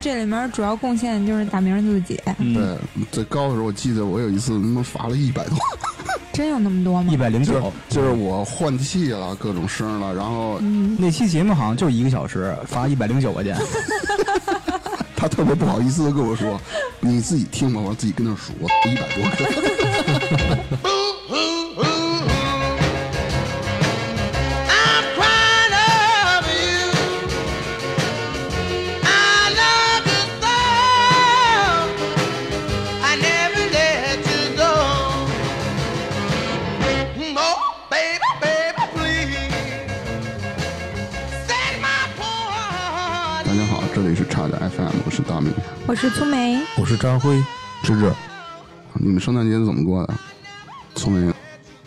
这里面主要贡献的就是打鸣人自己，嗯，对，在高的时候，我记得我有一次他妈罚了一百多， 真有那么多吗一？百零就是九。就是我换气了，各种声了，然后那期节目好像就一个小时，罚一百零九块钱。他特别不好意思的跟我说：“你自己听吧。”我自己跟那数，一百多个。 Ooh, ooh, ooh. I'm crying over you. I love you so. I never let you go. Oh, baby, baby, please set my poor heart 大家好，这里是差点 FM，我是大明。我是粗梅，我是张辉，芝芝，你们圣诞节是怎么过的？聪明，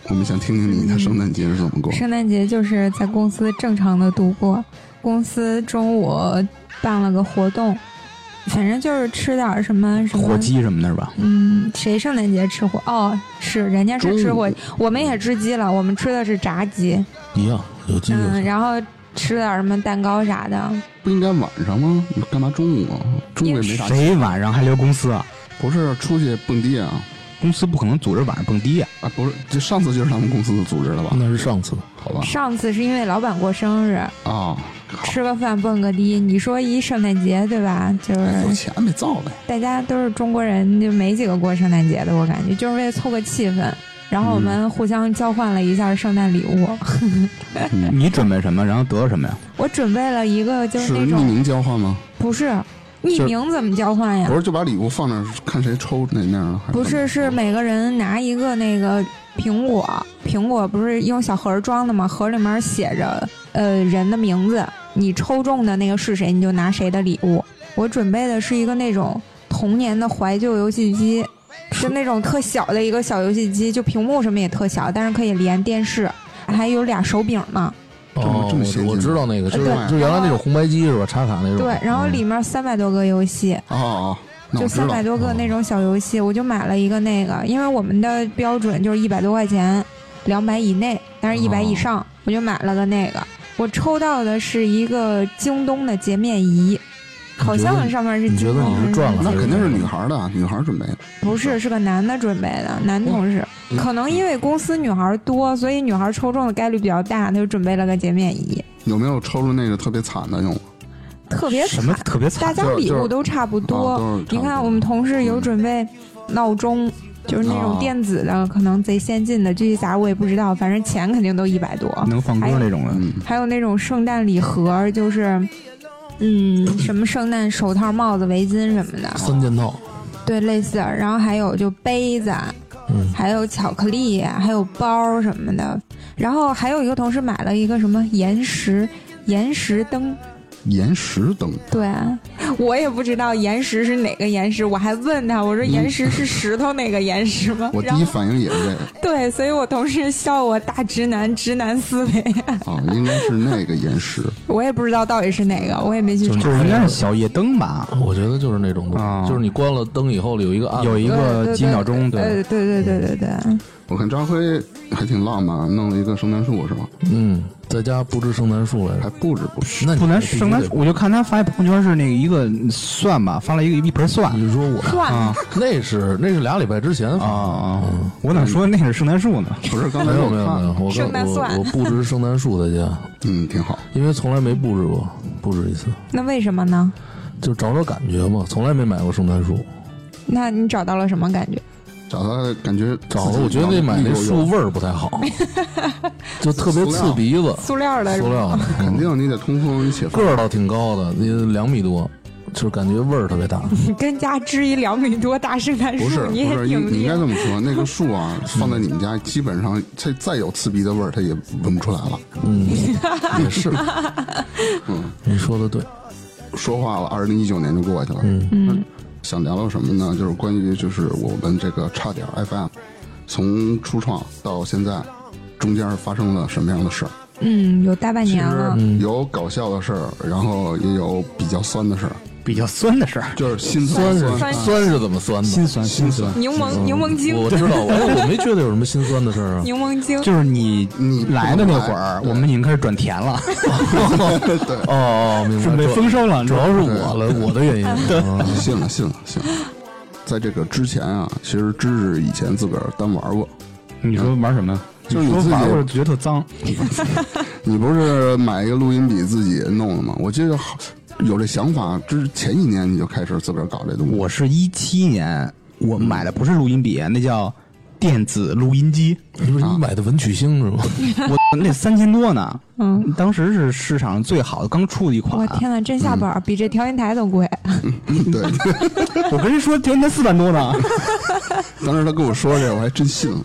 我们想听听你的圣诞节是怎么过。圣诞节就是在公司正常的度过。公司中午办了个活动，反正就是吃点儿什么什么火。鸡什么的是吧？嗯，谁圣诞节吃火？哦，是人家是吃火中午，我们也吃鸡了，我们吃的是炸鸡。一样有机嗯，会。然后吃点儿什么蛋糕啥的。不应该晚上吗？你干嘛中午啊？中午也没啥。谁晚上还留公司啊？不是出去蹦迪啊？公司不可能组织晚上蹦迪啊！啊，不是，这上次就是他们公司的组织了吧？那是上次，好吧。上次是因为老板过生日，啊，好，吃个饭蹦个迪。你说一圣诞节对吧？就是哎有钱没造呗。大家都是中国人，就没几个过圣诞节的，我感觉就是为了凑个气氛。然后我们互相交换了一下圣诞礼物，嗯，你准备什么，然后得了什么呀？我准备了一个就是是那匿种名交换吗？不是匿名怎么交换呀不？是，就把礼物放那儿看谁抽哪面了？还不怎是，么是每个人拿一个那个苹果，苹果不是用小盒儿装的吗？盒里面写着呃人的名字，你抽中的那个是谁，你就拿谁的礼物。我准备的是一个那种童年的怀旧游戏机，就那种特小的一个小游戏机，就屏幕什么也特小，但是可以连电视，还有俩手柄呢。这么哦这么先进，吗我知道那个，就是对就是原来那种红白机是吧？插卡那种。对，然后嗯里面三百多个游戏，哦哦，那就我知三道百。多个那种小游戏，我就买了一个那个，因为我们的标准就是一百多块钱，两百以内，但是一百以上，哦我就买了个那个。我抽到的是一个京东的洁面仪，嗯好像上面是你觉京得东你的是赚了？那还肯定是女孩儿的，女孩儿准备的。不是，是个男的准备的，男同事。哦可能因为公司女孩多，所以女孩抽中的概率比较大，他就准备了个洁面仪，有没有抽出那个特别惨的用？啊特别什么惨。特别大惨？家就是礼就是物都差不多，啊都是差不你多看，我们同事有准备闹钟，就是那种啊电子的，可能贼先进的，具体啥我也不知道，反正钱肯定都一百多。能放歌那种的，嗯，还有那种圣诞礼盒，就是。嗯，什么圣诞手套、帽子、围巾什么的，三件套，对，类似。然后还有就杯子，嗯，还有巧克力，还有包什么的。然后还有一个同事买了一个什么延时延时灯，延时灯，对，啊我也不知道岩石是哪个岩石，我还问他，我说岩石是石头那个岩石吗？我然第后一反应也是这个。对，所以我同事笑我大直男，直男思维，啊，应该是那个岩石，我也不知道到底是哪个，我也没去就查。就是应该是小夜灯吧？我觉得就是那种东啊西，就是你关了灯以后有一个暗，有一个对几秒钟，对，对呃对对对对对，我看张辉还挺浪漫，弄了一个圣诞树是吧？嗯，在家布置圣诞树来还着。布置布置，那你不能必须圣诞得，我就看他发一朋友圈是那个一个蒜吧，发了一个一盆蒜你说我算啊了，那是那是俩礼拜之前啊啊！我怎么说那是圣诞树呢？不是刚才没有我没有没有，看，我圣跟诞蒜我我布置圣诞树在家，嗯，挺好。因为从来没布置过，布置一次那为什么呢？就找找感觉嘛，从来没买过圣诞树，那你找到了什么感觉？找他感觉找了我觉得那买那树味儿不太好，就特别刺鼻子，塑料的是塑吧，料的，肯嗯定你得通风且个儿倒挺高的，也两米多，就是感觉味儿特别大。你跟家支一两米多大圣诞不是树，你不也是，你挺你应厉该害。这么说，那个树 啊，放在你们家，基本上它再有刺鼻的味儿，它也闻不出来了。嗯，也是，嗯，你说的对，说话了，二零一九年就过去了。嗯嗯，想聊聊什么呢？就是关于就是我们这个差点 FM，从初创到现在，中间发生了什么样的事儿？嗯，有大半年了。嗯，有搞笑的事儿，然后也有比较酸的事儿。比较酸的事儿。就是心酸酸是酸酸是怎么酸的？心酸心心酸酸。柠嗯檬柠檬精，我知道，我哎我没觉得有什么心酸的事儿啊。柠檬精，就是你你不来的能那来会儿，对我们已经开始转甜了， 对，哦哦，明白。准备主要丰收了主要是我了，我的 原因。啊信了，信了，信了。在这个之前啊，其实芝芝以前自个儿单玩过。你说玩什么？就是你你说自己玩会儿觉得特脏，你不是买一个录音笔自己弄的吗？我记得好有这想法之前一年你就开始自个儿搞这东西。我是一七年，我买的不是录音笔，那叫电子录音机，你说你买的文曲星是吗？我那三千多呢，嗯，当时是市场上最好的，刚出的一我款。天呐，真下嗯本儿，比这调音台都贵。对， 我跟人说天天四万多呢，当时他跟我说这，我还真信了。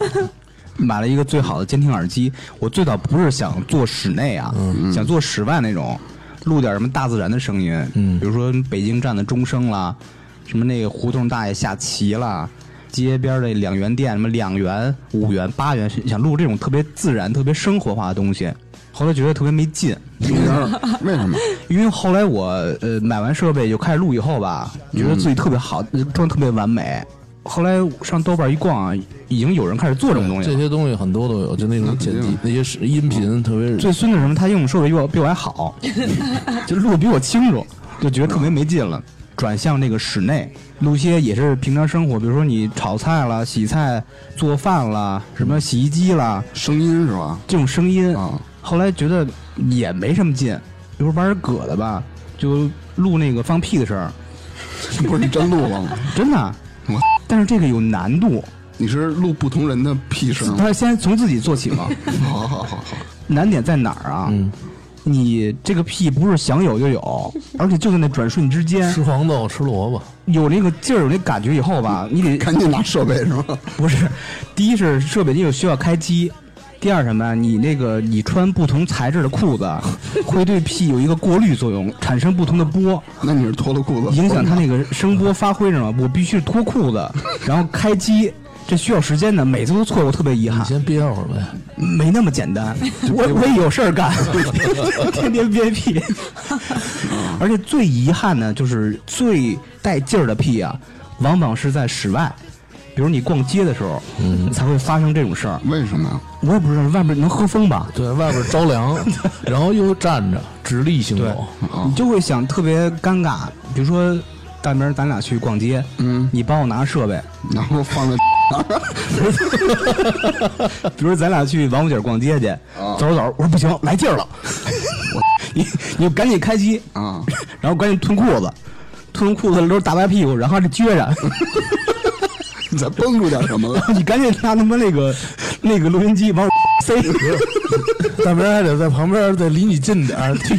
买了一个最好的监听耳机。我最早不是想做室内啊，想做室外那种，录点什么大自然的声音，嗯比如说北京站的钟声啦，什么那个胡同大爷下棋啦。街边的两元店，什么两元、五元、八元，想录这种特别自然、特别生活化的东西。后来觉得特别没劲，中间儿为什么？因为后来我呃买完设备就开始录以后吧，觉得自己特别好，装得特别完美。后来上豆瓣一逛啊，已经有人开始做这种东西这了。些东西很多都有，就那种剪辑、那些是音频，特别是最孙子是什么？他用的设备比我比我还好，就录的比我清楚，就觉得特别没劲了。转向这个室内，录些也是平常生活，比如说你炒菜啦、洗菜、做饭啦、什么洗衣机啦声音是吧？ 这种声音。啊，后来觉得也没什么劲，比如玩点葛的吧，就录那个放屁的声儿，这不是你真录了吗？真的啊我。但是这个有难度，你是录不同人的屁 声？他先从自己做起 嘛。好好好好，难点在哪儿啊？嗯你这个屁不是想有就有，而且就在那转瞬之 间，吃黄豆、吃萝卜，有那个劲儿，有那感觉以后 吧，你得赶紧拿设备是吧？不是，第一是设备你有需要开机，第二什么呀？你那个你穿不同材质的裤子，会对屁有一个过滤作用，产生不同的波，那你是脱了裤子，影响它那个声波发挥是吗？我必须是脱裤子，然后开机，这需要时间的，每次都错过，特别遗你憾。先憋会儿呗。没那么简单，我我也有事儿干，天天憋屁。而且最遗憾呢，就是最带劲儿的屁啊，往往是在室外，比如你逛街的时候，才会发生这种事儿。为什么呀？我也不知道外边能喝风吧，对外边着 凉，然后又站着直立行走，你就会想特别尴尬。比如说，大明儿咱俩去逛街，嗯，你帮我拿设备，然后 放在比如咱俩去王府井逛街去，走着走着，我说不行，来劲儿了，你你赶紧开机，啊， 然后赶紧吞裤子，吞裤子都是大白屁股，然后还得撅着， 你再蹦出点什么来？你赶紧拿他妈那个那个录音机往我塞， 大明儿还得在旁边儿再离你近点儿，听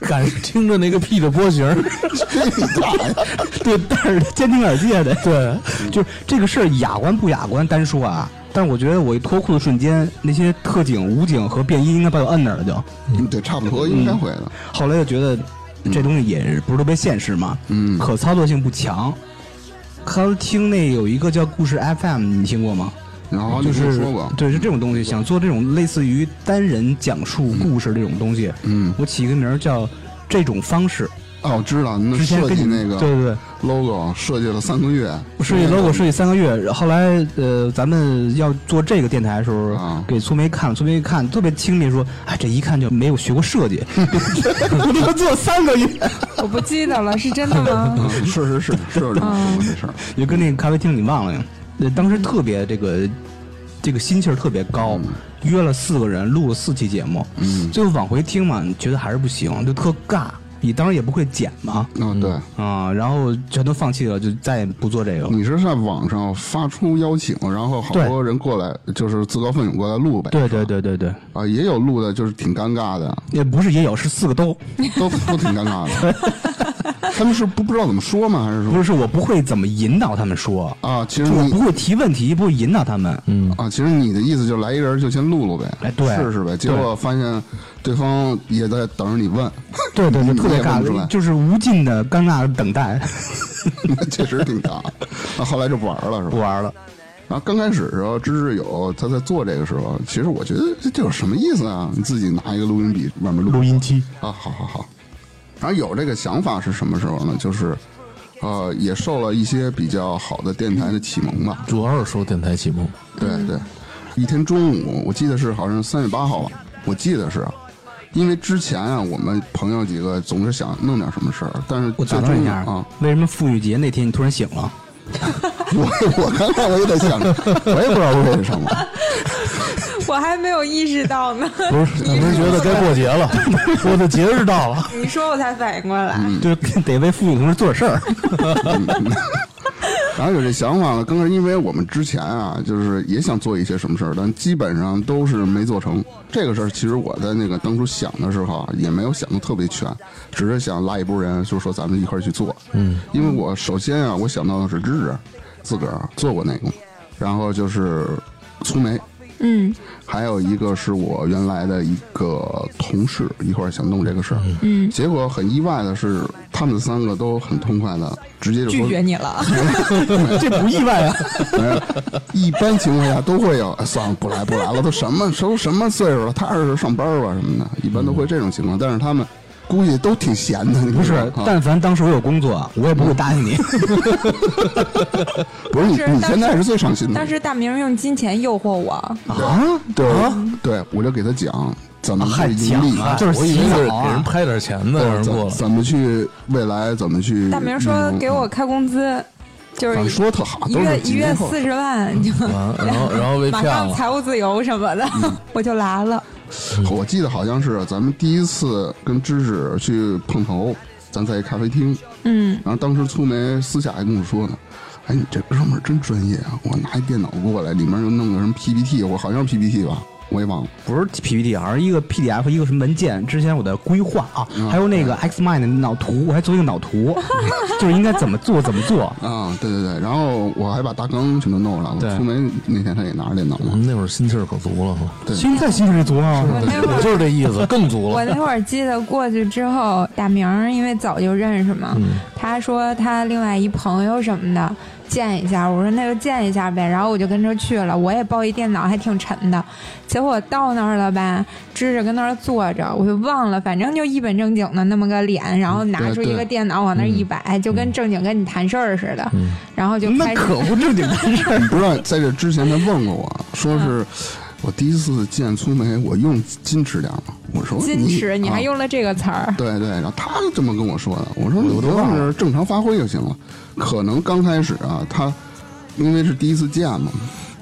感听着那个屁的波形儿。 对，但是监听耳机啊也得，对，就是这个事儿雅观不雅观单说啊，但是我觉得我一脱裤子瞬间，那些特警、武警和便衣应该把我摁那儿了就，嗯对，差不多应该会的。后来就觉得这东西也不是特别现实嘛，嗯可操作性不强。刚听那有一个叫故事 FM，你听过吗？然后就哦你跟我是说过，嗯对，是这种东西，想做这种类似于单人讲述故事这种东西，嗯，我起一个名儿叫这种方式。哦，我知道，那之前设跟计你那对个对对， logo 设计了三个月，我设计 logo 设计三个月，后来呃，咱们要做这个电台的时候，啊给粗梅看，粗梅一看特别轻蔑说，哎，这一看就没有学过设 计， 我他妈做三个月， 我不记得了，是真的吗？ 啊 是是是是有这么回事儿，就跟那个咖啡厅你忘了呀，呃当时特别这个这个心气儿特别高，约了四个人录了四期节目，嗯，最后往回听嘛，觉得还是不行，就特尬。你当时也不会剪嘛，啊对。啊、然后全都放弃了，就再也不做这个了。你是在网上发出邀请，然后好多人过来，就是自告奋勇过来录呗。对对对对对，啊，也有录的，就是挺尴 尬的，也不是也有，是四个都，都都挺尴尬的。 他们是不不知道怎么说吗？还是不说是是我不会怎么引导他们说，啊？其就实我不你会提问题，不会引导他们。嗯，啊，其实你的意思就来一人就先录录呗，哎对试试呗。结果发现对方也在等着你问，对对对， 嗯你特别也问不出来 尬，就是无尽的尴尬的等待。 确实挺尬。那后来就不 玩了是吧？不玩了，然后啊刚开始的时候，芝芝有他在做这个时候，其实我觉得这这有什么意思啊？你自己拿一个录音笔外面录音机，啊，好好好，然后有这个想法是什么时候呢？就是，呃，也受了一些比较好的电台的启蒙吧。主要是受电台启蒙，对对，一天中午，我记得是好像三月八号吧，我记得是，因为之前啊，我们朋友几个总是想弄点什么事儿，但是我最打终断一下啊，，为什么妇女节那天你突然醒了？我我刚才我也在想，我也不知道为什么。我还没有意识到呢，不是，咱们觉得该过节 了，我的节日到了，你说我才反应过来。嗯就得为妇女同志做点事 儿。 然后有这想法了，更是因为我们之前啊，就是也想做一些什么事儿，但基本上都是没做成。这个事儿其实我在那个当初想的时候啊，也没有想的特别全，只是想拉一波人，就说咱们一块儿去做。嗯，因为我首先啊，我想到的是芝芝自个儿做过那个，然后就是粗梅，嗯还有一个是我原来的一个同事，一块儿想弄这个事儿。嗯，结果很意外的是，他们三个都很痛快的直接就说拒绝你了，这不意外啊！ 一般情况下都会有，哎算了，不来不来了，都什么都什么岁数了，踏实上班吧什么的，一般都会这种情况。但是他们估计都挺闲的，你不是知道嗯吗，啊但凡当时我有工作，我也不会答应你。不是你但是你现在是最上嗯心的当时大明用金钱诱惑我，啊，对对，我就给他讲怎么去盈利还讲啊，就是我以为洗是脑啊给人拍点钱呢，让人怎过么了。怎么去未来怎么去。大明说嗯给我开工资，就反正是说特好，一都月是一几月年后。四十万就。啊，然后然后被 马骗上了，嗯财务自由什么的， 我就来了。我记得好像是咱们第一次跟芝芝去碰头，咱在一咖啡厅，嗯，然后当时粗梅私下还跟我说呢，哎，你这哥们儿真专业啊！我拿一电脑过来，里面又弄个什么 PPT，我好像是 PPT 吧，我也忘了。不是 PPT，好像是一个 PDF，一个什么文件。之前我在规划啊，还有那个 Xmind 的脑图，我还做一个脑图， 就是应该怎么做怎么做。啊，对对对，然后我还把大纲全都弄了。对我粗梅那天他也拿着电脑我嘛，们嗯那会儿心气儿可足了哈，现在薪水足啊，我那会 我儿就是这意思，更足我了。那会儿记得过去之后，大明儿因为早就认识嘛，他说他另外一朋友什么的见一下，我说那就见一下呗，然后我就跟着去了，我也抱一电脑，还挺沉的。结果到那儿了吧，支着跟那儿坐着，我就忘了，反正就一本正经的那么个脸，然后拿对出一个对电脑往那儿一摆，就跟正经跟你谈事儿似的，然后就那开始可不正经的 事儿。你不知道在这之前他问过我，说是我第一次见粗梅，我用矜持点嘛。我说矜持，你还啊用了这个词儿。对对，然后他这么跟我说的，我说你就是正常发挥就行了。可能刚开始啊，他因为是第一次见嘛，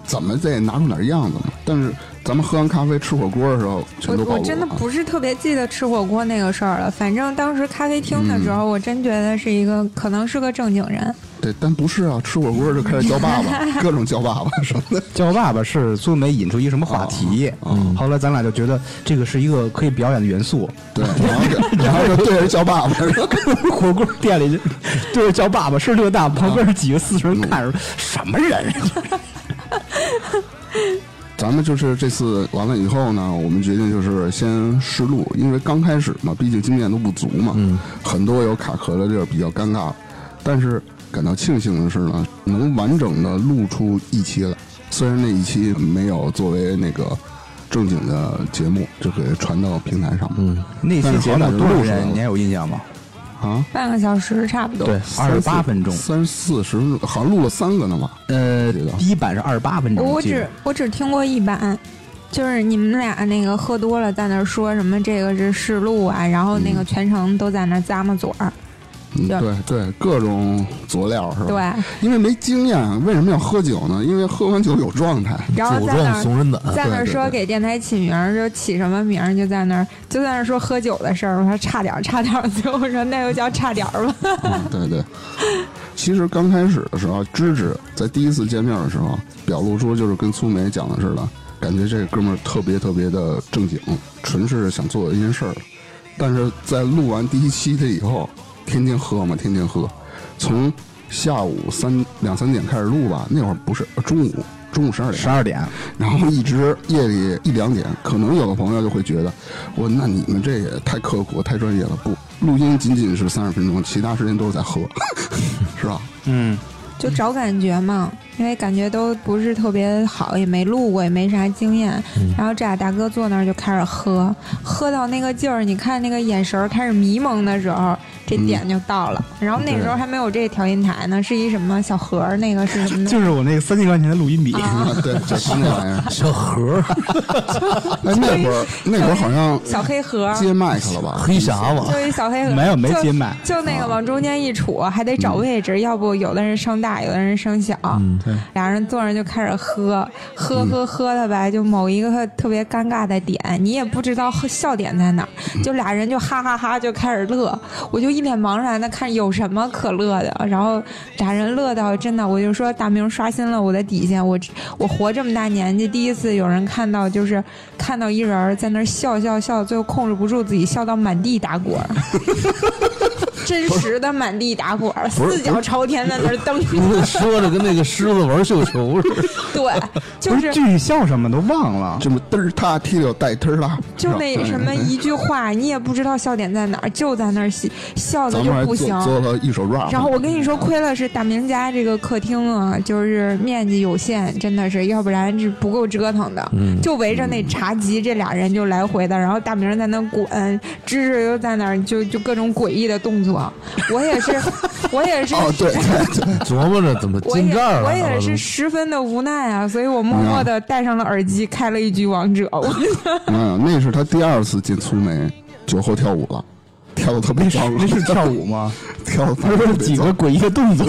怎么得拿出点样子嘛。但是咱们喝完咖啡吃火锅的时候，全我都暴露我了啊。真的不是特别记得吃火锅那个事儿了，反正当时咖啡厅的时候，我真觉得是一个可能是个正经人，对，但不是啊，吃火锅就开始叫爸 爸，各种叫爸爸什么的。叫爸爸是苏梅引出一个什么话题，后来咱俩就觉得这个是一个可以表演的元素。 对，然后就然后就对着叫爸爸，火锅店里对着叫爸爸声儿特大，旁边几个四川人看着什么人？啊咱们就是这次完了以后呢，我们决定就是先试录，因为刚开始嘛，毕竟经验都不足嘛，嗯很多有卡壳的地儿比较尴尬。但是感到庆幸的是呢，能完整的录出一期来，虽然那一期没有作为那个正经的节目就给传到平台上，嗯那期节目多少人？你还有印象吗？啊，半个小时差不多。对，二十八分钟。三四十分钟，好像录了三个呢吧？呃， 第一版是二十八分钟。我记得只我只听过一版，就是你们俩那个喝多了在那儿说什么这个是试录啊，然后那个全程都在那儿咂摸嘴儿，嗯，对对对，各种佐料是吧？对，，因为没经验，为什么要喝酒呢？因为喝完酒有状态。然后酒在那壮儿。怂人啊胆，在那儿对对说对给电台起名儿，就起什么名儿，就在那儿就在那儿说喝酒的事儿。我说差点儿，差点儿，最后说那就叫差点儿吧。嗯对对。其实刚开始的时候，芝芝在第一次见面的时候，表露出就是跟苏梅讲的似的，感觉这哥们儿特别特别的正经，纯是想做一件事儿。但是在录完第一期的以后，天天喝嘛，天天喝，从下午三两三点开始录吧，那会儿不是呃中午，中午十二点，十二点，然后一直夜里一两点，可能有的朋友就会觉得，我那你们这也太刻苦、太专业 了。不，录音仅仅是三十分钟，其他时间都是在喝，是吧？嗯，就找感觉嘛，因为感觉都不是特别好，也没录过，也没啥经验。嗯然后这俩大哥坐那儿就开始喝，喝到那个劲儿，你看那个眼神儿开始迷蒙的时候，这嗯点就到了。然后那时候还没有这调音台呢，是一什么小盒儿，那个是什么的？就是我那个三千块钱的录音笔，啊， 对，就是那玩意儿。小盒儿哎，那会儿那会儿好像小黑盒儿，接麦去了吧？黑匣 子，就一小黑盒儿，没有没就接麦啊嗯就那个往中间一杵，还得找位置，要不有的人声大，有的人声小。俩人坐着就开始喝，喝嗯喝喝的呗，就某一个特别尴尬的点，你也不知道喝笑点在哪儿，嗯就俩人就哈哈哈就开始乐，我就一脸茫然的看有什么可乐的，然后俩人乐到真的，我就说大明刷新了我的底线，我我活这么大年纪第一次有人看到就是看到一人儿在那儿笑笑笑，最后控制不住自己笑到满地打滚 儿。真实的满地打滚儿，不是四脚朝天在那儿蹬，你说的跟那个狮子玩绣球似的，对，就不是是具体笑什么都忘了。这么嘚儿踏踢溜带嘚儿啦，就那什 么一句话，你也不知道笑点在哪儿，就在那儿笑笑的咱就们还不做行。做了一首 rap，然后我跟你说，亏了是大明家这个客厅啊，就是面积有限，真的是，要不然是不够折腾的。嗯就围着那茶几，这俩人就来回的，然后大明在那滚，芝芝又在那儿就就各种诡异的动作。我也是，我也是，哦，对对 对，琢磨着怎么我进也这儿了。啊我也是十分的无奈啊，所以我默默的戴上了耳机，开了一局王者。我嗯，那是他第二次进粗眉，酒后跳舞了，跳的特别脏，那是跳舞吗？跳的 他说是几个诡异的动 作，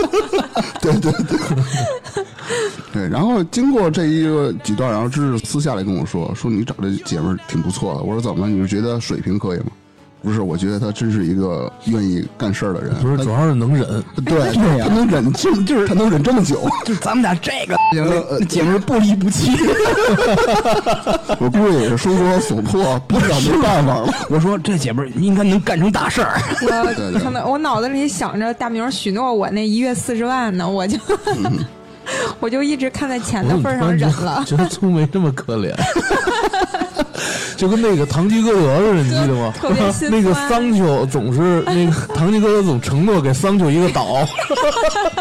对对对，对。然后经过这一个几段，然后芝芝私下来跟我说，说你找这姐们儿挺不错的。我说怎么了？你是觉得水平可以吗？不是，我觉得她真是一个愿意干事儿的人。不是，主要是能忍。她，对，对呀她能忍，就就是她能忍这么久。就是咱们俩这个，那姐们儿不离不弃。我估计也是生活所 迫，逼到没办法了。 我说这姐们儿应该能干成大事儿。对我对可能我脑子里想着大明许诺我那一月四十万呢，我就嗯 我就一直看在钱哦的份儿上忍了。觉得粗眉这么可怜， 就跟那个堂吉诃德似的，你记得吗？特别心酸那个桑丘总是那个堂吉诃德总承诺给桑丘一个岛，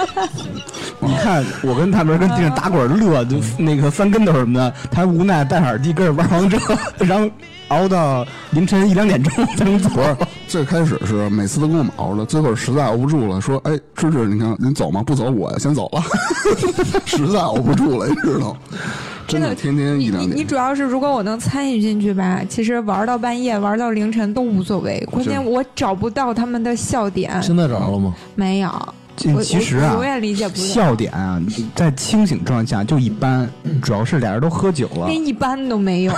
你看我跟大明跟地上打滚儿乐，就那个翻跟头什么的，他无奈戴上耳机跟着玩王者， 然后熬到凌晨一两点钟才能走。不是，最开始是每次都跟我们熬了，最后实在熬不住了，说：“哎，芝芝，你看您走吗？不走我，先走了。”实在熬不住了，你知道吗？真的天天一你两你点。主要是如果我能参与进去吧，其实玩到半夜、玩到凌晨都无所谓。关键我找不到他们的笑点，现在找着了吗？没有。这我其实啊我我永远理解不了，笑点啊，在清醒状态下就一般，嗯主要是俩人都喝酒了。连一般都 没有，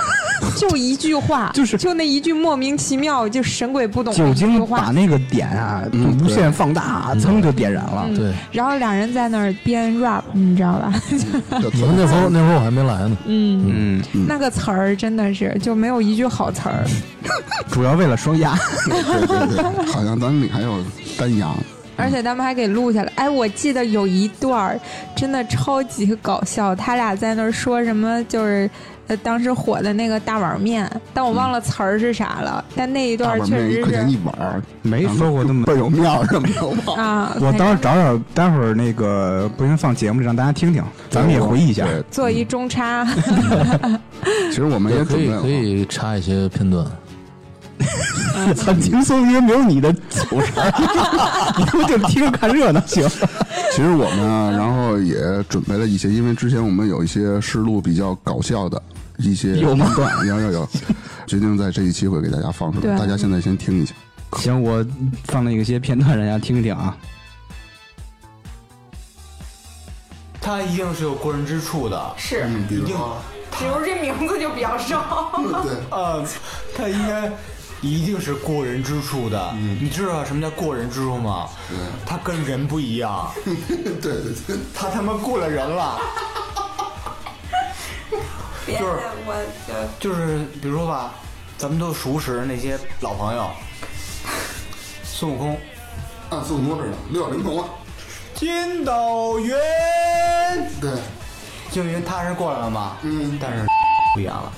就一句话，啊就是就那一句莫名其妙就神鬼不懂的酒一句精把话。那个点啊，就嗯无对限放大，啊噌就点燃了。嗯对，然后俩人在那儿编 rap，你知道吧？就你们那会儿那会儿我还没来呢，嗯，嗯，那个词儿真的是就没有一句好词儿。嗯主要为了双压。对对对，好像咱们里还有丹阳，而且他们还给录下来。哎，我记得有一段儿真的超级搞笑，他俩在那儿说什么，就是呃当时火的那个大碗面，但我忘了词儿是啥了。但那一大段碗确面一实块钱一是碗儿， 没说过那么倍儿有面儿，什么的吧？啊，嗯我反到时候正找找，待会儿那个不行放节目里让大家听听，咱们也回忆一下。对，做一中插，其实我们也可准备以了可，以插一些片段。很轻松，因为没有你的糗事儿， 以后就听着看热闹行。其实我们啊，然后也准备了一些，因为之前我们有一些试录比较搞笑的一些有吗段，有有有，决定在这一期会给大家放出对来，大家现在先听一下。行，我放了一些片段，让大家听听啊。他一定是有过人之处的，是，比一定，比如这名字就比较绕。呃，他应该一定是过人之处的。你知道什么叫过人之处吗？他跟人不一样， 对对对，他他妈过了人了。别就的是我就呃就是比如说吧，咱们都熟识那些老朋友，孙悟空，按速度知道，六小龄童了，筋斗云，对，筋斗云他是过来了吗？嗯但是不一样了，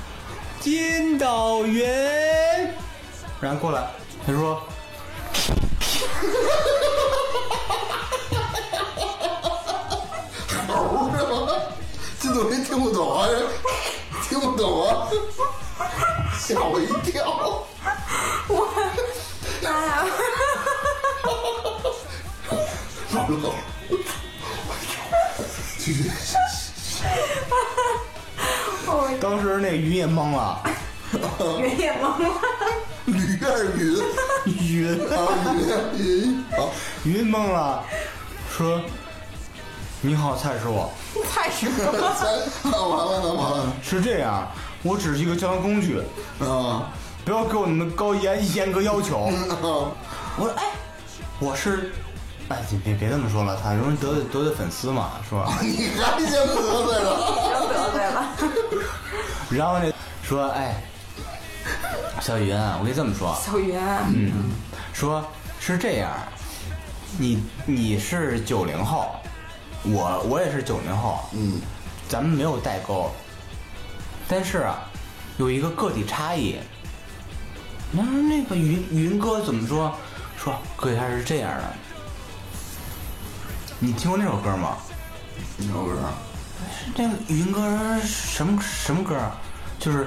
筋斗云，然后过来，他说。我也听不懂啊，听不懂啊，吓我一跳。妈呀！当时那云也懵 了，人也懵了，吕燕云云啊，吕燕云啊，云懵了，说：“你好，蔡师傅，太熟了。咱看完了，看完了是这样，我只是一个交通工具，啊不要给我们高严严格要求。”啊，我说：“哎，我是，哎，你别别这么说了，他容易得罪得罪粉丝嘛，是吧？”你还先得罪了，然后呢，说哎，小云啊，我跟你这么说，小哎云，说是这样，你你是九零后，我我也是九零后，嗯，咱们没有代沟，但是啊，有一个个体差异。那那个云云哥怎么说？说哥他是这样的，你听过那首歌吗？你瞅瞅，这个云歌什么什么歌啊？就是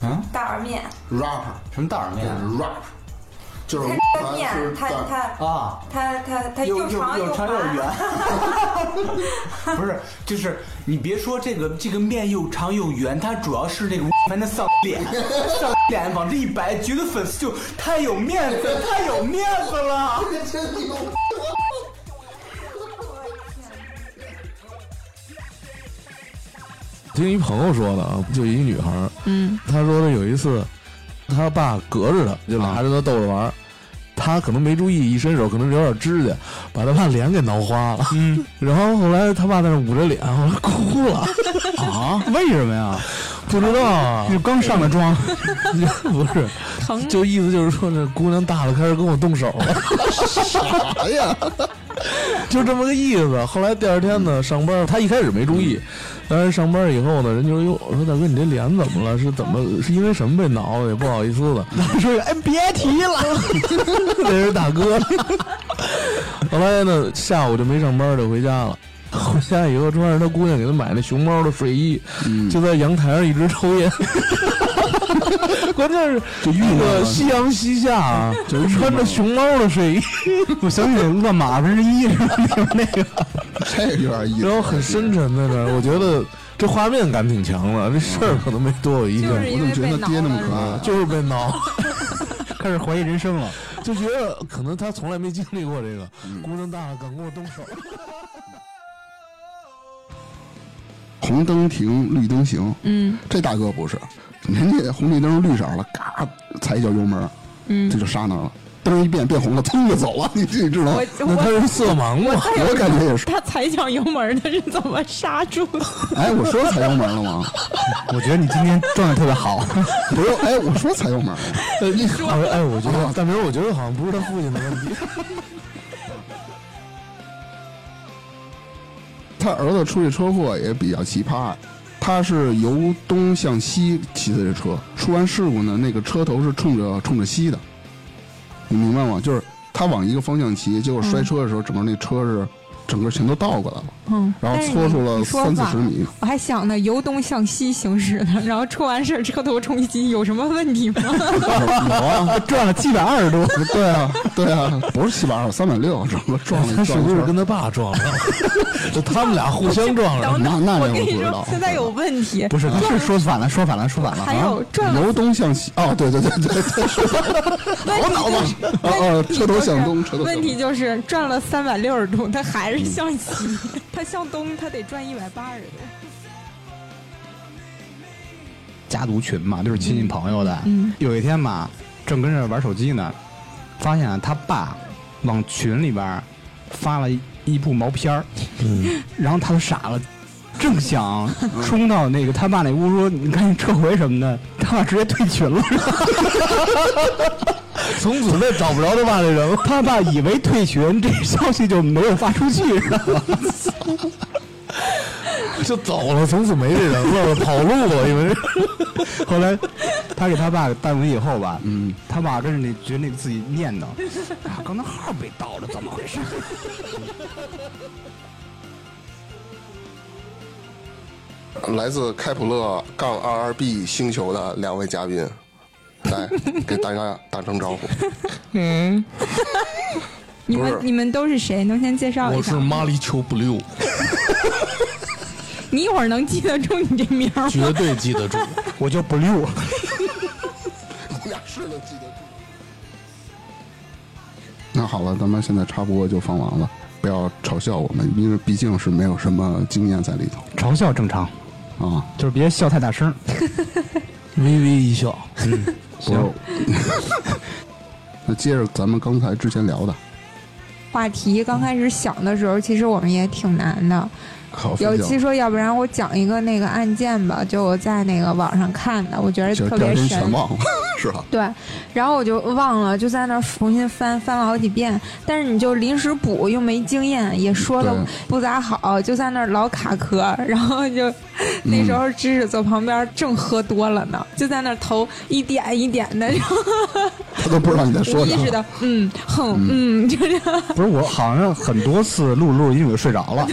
嗯，大碗面。 rap 什么道儿面就是 rap，就是他这个面，他但他啊？他他他又长又滑长， 圆，不是，就是你别说这个这个面又长又圆，它主要是那个凡的丧脸，丧脸往这一摆，觉得粉丝就太有面子，太有面子了。真牛。听一朋友说的啊，就一女孩，嗯，她说的有一次，她爸隔着她就拿着她逗着玩儿，她可能没注意，一伸手可能有点指甲，把她爸脸给挠花了，嗯， 然后后来她爸在那捂着脸，后来哭了， 啊？为什么呀？不知道啊，就刚上的妆， 不是，疼就意思就是说这姑娘大了，开始跟我动手了，哎呀， 就这么个意思。后来第二天呢，上班她一开始没注意，但是上班以后呢，人就说哟，我说大哥你这脸怎么了？是怎么是因为什么被挠了？也不好意思的。他说：“哎，别提 了。那是大哥。 后来呢，下午就没上班，就回家了。回家以后，穿上他姑娘给他买那熊猫的睡衣，嗯就在阳台上一直抽烟。 关键是就郁那闷了个夕阳西下啊，就穿着熊猫的睡衣，我想起乱马分之一是吧？那个这有点意思。然后很深沉在那儿。我觉得这画面感挺强的，这事儿可能没多有意就见，是因为被挠了。爱？啊就是被 挠。开始怀疑人生了。 就觉得可能他从来没经历过这个，嗯姑娘大了敢跟我动 手。红灯停，绿灯行。嗯，这大哥不是，人家红绿灯绿色了，嘎踩一脚油门，嗯，这就刹那儿了，灯一变变红了，噌就走了。你你知道吗？我那他我是色盲吗？我感觉也是。他踩脚油门，他是怎么刹住的？哎，我说踩油门了吗？我觉得你今天状态特 别好， 不是，哎，我说踩油门了。呃，你好，哎，我觉得大明，我觉得好像不是他父亲的问题。他儿子出这车祸也比较奇葩，他是由东向西骑的这车，出完事故呢，那个车头是冲着冲着西的，你明白吗？就是他往一个方向骑，结果摔车的时候，整个那车是整个全都倒过来了， 嗯，然后但是搓你出了你说三四吧十米。我还想呢，由东向西行驶的，然后出完事儿车头冲击，有什么问题 吗？有啊，转了七百二 十多。对啊，对啊，不是七百二，三百六，整个撞他了是撞不是了一圈跟他爸撞了？ 就他们俩互相撞上了。等等，那那我这跟我你不知说道，现在有问题。不是，是说反了，说反了，说反了。还有转了，由东向西，哦，对对对对对，是的问题就是哦哦，车头向东，嗯车头向问东。题就是转了三百六十度，它还是向西，它向东，它得转一百八十度。家族群嘛，就是亲戚朋友的。有一天嘛，正跟着玩手机呢，发现啊他爸往嗯群里边发了一部毛片儿，然后他就傻了，正想冲到那个他爸那屋说：“你赶紧撤回什么的。”他爸直接退群了，从此再找不着他爸这人了。他爸以为退群，这消息就没有发出去，知道吗就走了，从此没这人了，跑路了，因为 后来他给他爸办完以后吧，嗯，他爸跟着那觉得那自己念叨，啊，刚才号被盗了，怎么回事？来自开普勒杠二二 B 星球的两位嘉宾，来给大家打声招呼。你们不是你们都是谁？能先介绍 一我下是吗？马里丘布溜，你一会儿能记得住你这名儿吗？绝对记得住。我就不溜了。你俩是能记得住。那好了，咱们现在插播就放完了，不要嘲笑我们，因为毕竟是没有什么经验在里头嘲笑正常，啊。就是别笑太大声。微微一笑，不是， 那接着咱们刚才之前聊的，话题刚开始想的时候，其实我们也挺难的。好，有分一享期说，要不然我讲一个那个案件吧，就我在那个网上看的，我觉得就特是第别二天神。全忘了，是吧？对，然后我就忘了，就在那儿重新翻，翻了好几遍。但是你就临时补，又没经验，也说的对不咋好，就在那儿老卡壳。然后就那时候芝芝坐旁边，正喝多了呢，就在那儿头一点一点的，然后他都不知道你在说无意识啥。的，嗯，哼，嗯， 就这样。不是我好像很多次录录，因为我睡着了。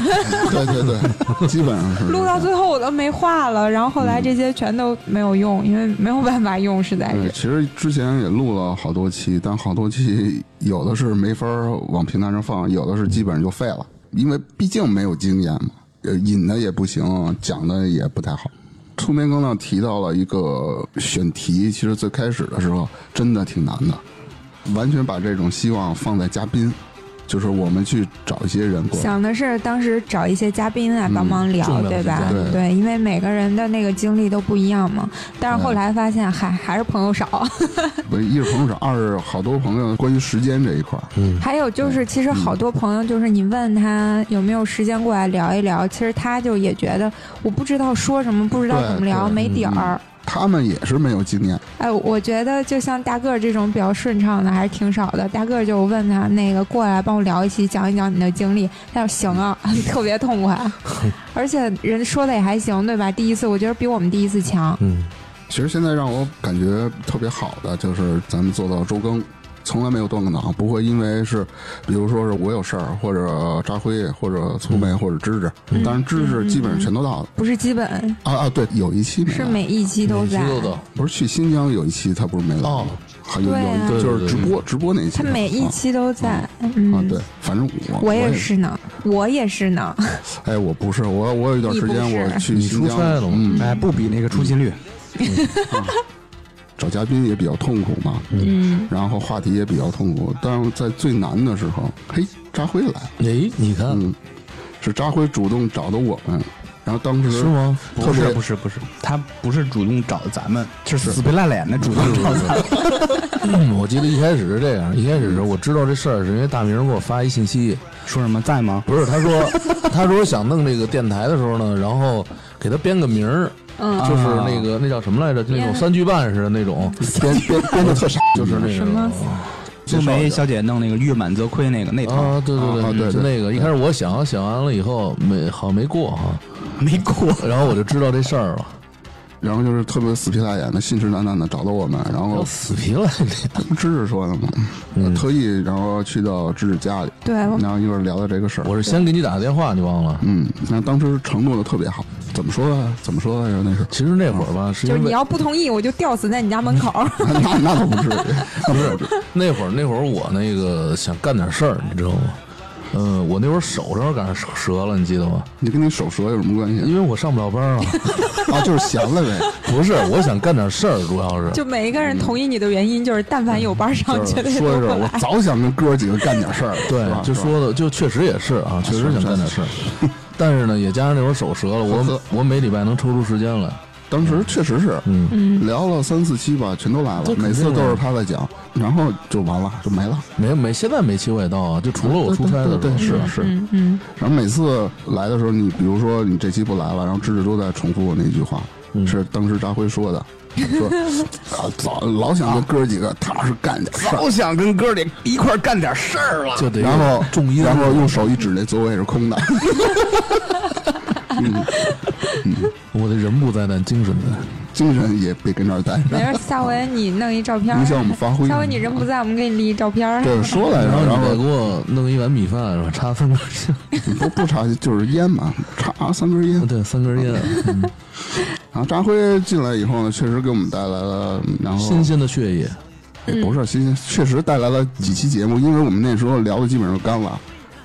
对对对，基本上是录到最后我都没话了，然后后来这些全都没有用，因为没有办法用，实在对，是。嗯其实之前也录了好多期，但好多期有的是没法儿往平台上放，有的是基本上就废了，因为毕竟没有经验嘛，呃，引的也不行，讲的也不太好。出面刚刚提到了一个选题，其实最开始的时候真的挺难的，完全把这种希望放在嘉宾，就是我们去找一些人过来。想的是当时找一些嘉宾来嗯帮忙聊，重量对级嘉吧？宾对，因为每个人的那个经历都不一样嗯嘛。但是后来发现，嗨，还是朋友少。不是，一是朋友少，二是好多朋友关于时间这一块儿， 还有嗯就是，其实好多朋友就是你问他有没有时间过来聊一聊，其实他就也觉得我不知道说什么，不知道对怎么聊，对没底嗯儿。他们也是没有经验。哎，我觉得就像大个儿这种比较顺畅的还是挺少的。大个儿就问他那个过来帮我聊一期，讲一讲你的经历。他说行啊， 特别痛快，而且人说的也还行，对吧？第一次我觉得比我们第一次强。嗯，其实现在让我感觉特别好的就是咱们做到周更，从来没有断过档，不会因为是，比如说是我有事儿，或者扎辉，或者粗梅，或者芝芝，嗯当然芝芝基本上全都到了。不是基本，啊啊，对，有一期没嗯是到每一期都在。豆豆，不是去新疆有一期他不是没来哦吗？还有对啊有一就是直播直播那一期他没来，每一期都在，啊啊嗯，对，反正我我也也，是呢，我也是呢，哎，我不是我我有一段时间你不是我去你新出疆差了吗嗯，哎，不比那个出勤率，找嘉宾也比较痛苦嘛，嗯，然后话题也比较痛苦，但是在最难的时候，嘿，扎辉来了。哎，你看嗯，是扎辉主动找的我们，然后当时是吗？特不别是不是 不是，他不是主动找咱们，是死皮赖脸的主动找咱们。嗯我记得一开始是这样，一开始是我知道这事儿是因为大明给我发一信息， 说什么在吗？不是他 说他说想弄这个电台的时候呢，然后给他编个名儿，嗯，就是那个那叫什么来着，就那种编三句半似的那种，编编编的特傻， 就是那嗯什么种。苏梅小姐弄那个月满则亏那个那套啊，对对对，啊对就对那个一开始我想想完了以后没好像没过哈，没过， 然后我就知道这事儿了，然后就是特别死皮赖脸的、信誓旦旦的找到我们，然我后死皮赖脸。芝芝说的嘛，哦嗯特意然后去到芝芝家里，对，我然后一会儿聊到这个事儿。我是先给你打个电话，你忘了？嗯，那当时承诺的特别好，怎么说啊？怎么说来着？那是其实那会儿吧，是 嗯就是因你为要不同意，我就吊死在你家门口。 那那倒不至于， 不是那会儿那会儿我那个想干点事儿，你知道吗？嗯，我那会儿手上赶上折了，你记得吗？你跟你手折有什么关系 因为我上不了班儿啊。啊？就是闲了呗。不是，我想干点事儿，主要是 就每一个人同意你的原因，就是但凡有班 上，就是绝对说一都过声，我来。 早想跟哥几个干点 事儿了，是吧对，就是吧说的就确实也是啊， 确实想干点事儿，但是呢，也加上那会儿手折了，呵我呵我每礼拜能抽出时间来，当时确实是，嗯嗯，聊了三四期吧，全都来了这，肯定每次都啊是他在讲，然后就完了，就没了。没有没现在每期我也到啊，就除了我出差的时对候对，是是。嗯嗯，然后每次来的时候，你比如说你这期不来了，然后芝芝都在重复我那句话，嗯是当时扎辉说的， 说啊，早老想跟哥几个踏实干点事儿，老想跟哥儿得一块儿干点事儿了。就得然后重音，然后用手一指那座位是空的， 我的人不在，但精神在。精神也别跟这儿待没着。事，下回你弄一照片儿影，响我们发挥。下回你人不在，我们给你立一照片儿。对说来着，然后哎然你再后给我弄一碗米饭，是吧？插三根香， 不不插就是烟嘛，插三根烟。对，三根烟，嗯然后扎辉进来以后呢，确实给我们带来了，嗯然后新鲜的血液。也不是新鲜，确实带来了几期节目，因为我们那时候聊的基本上干了，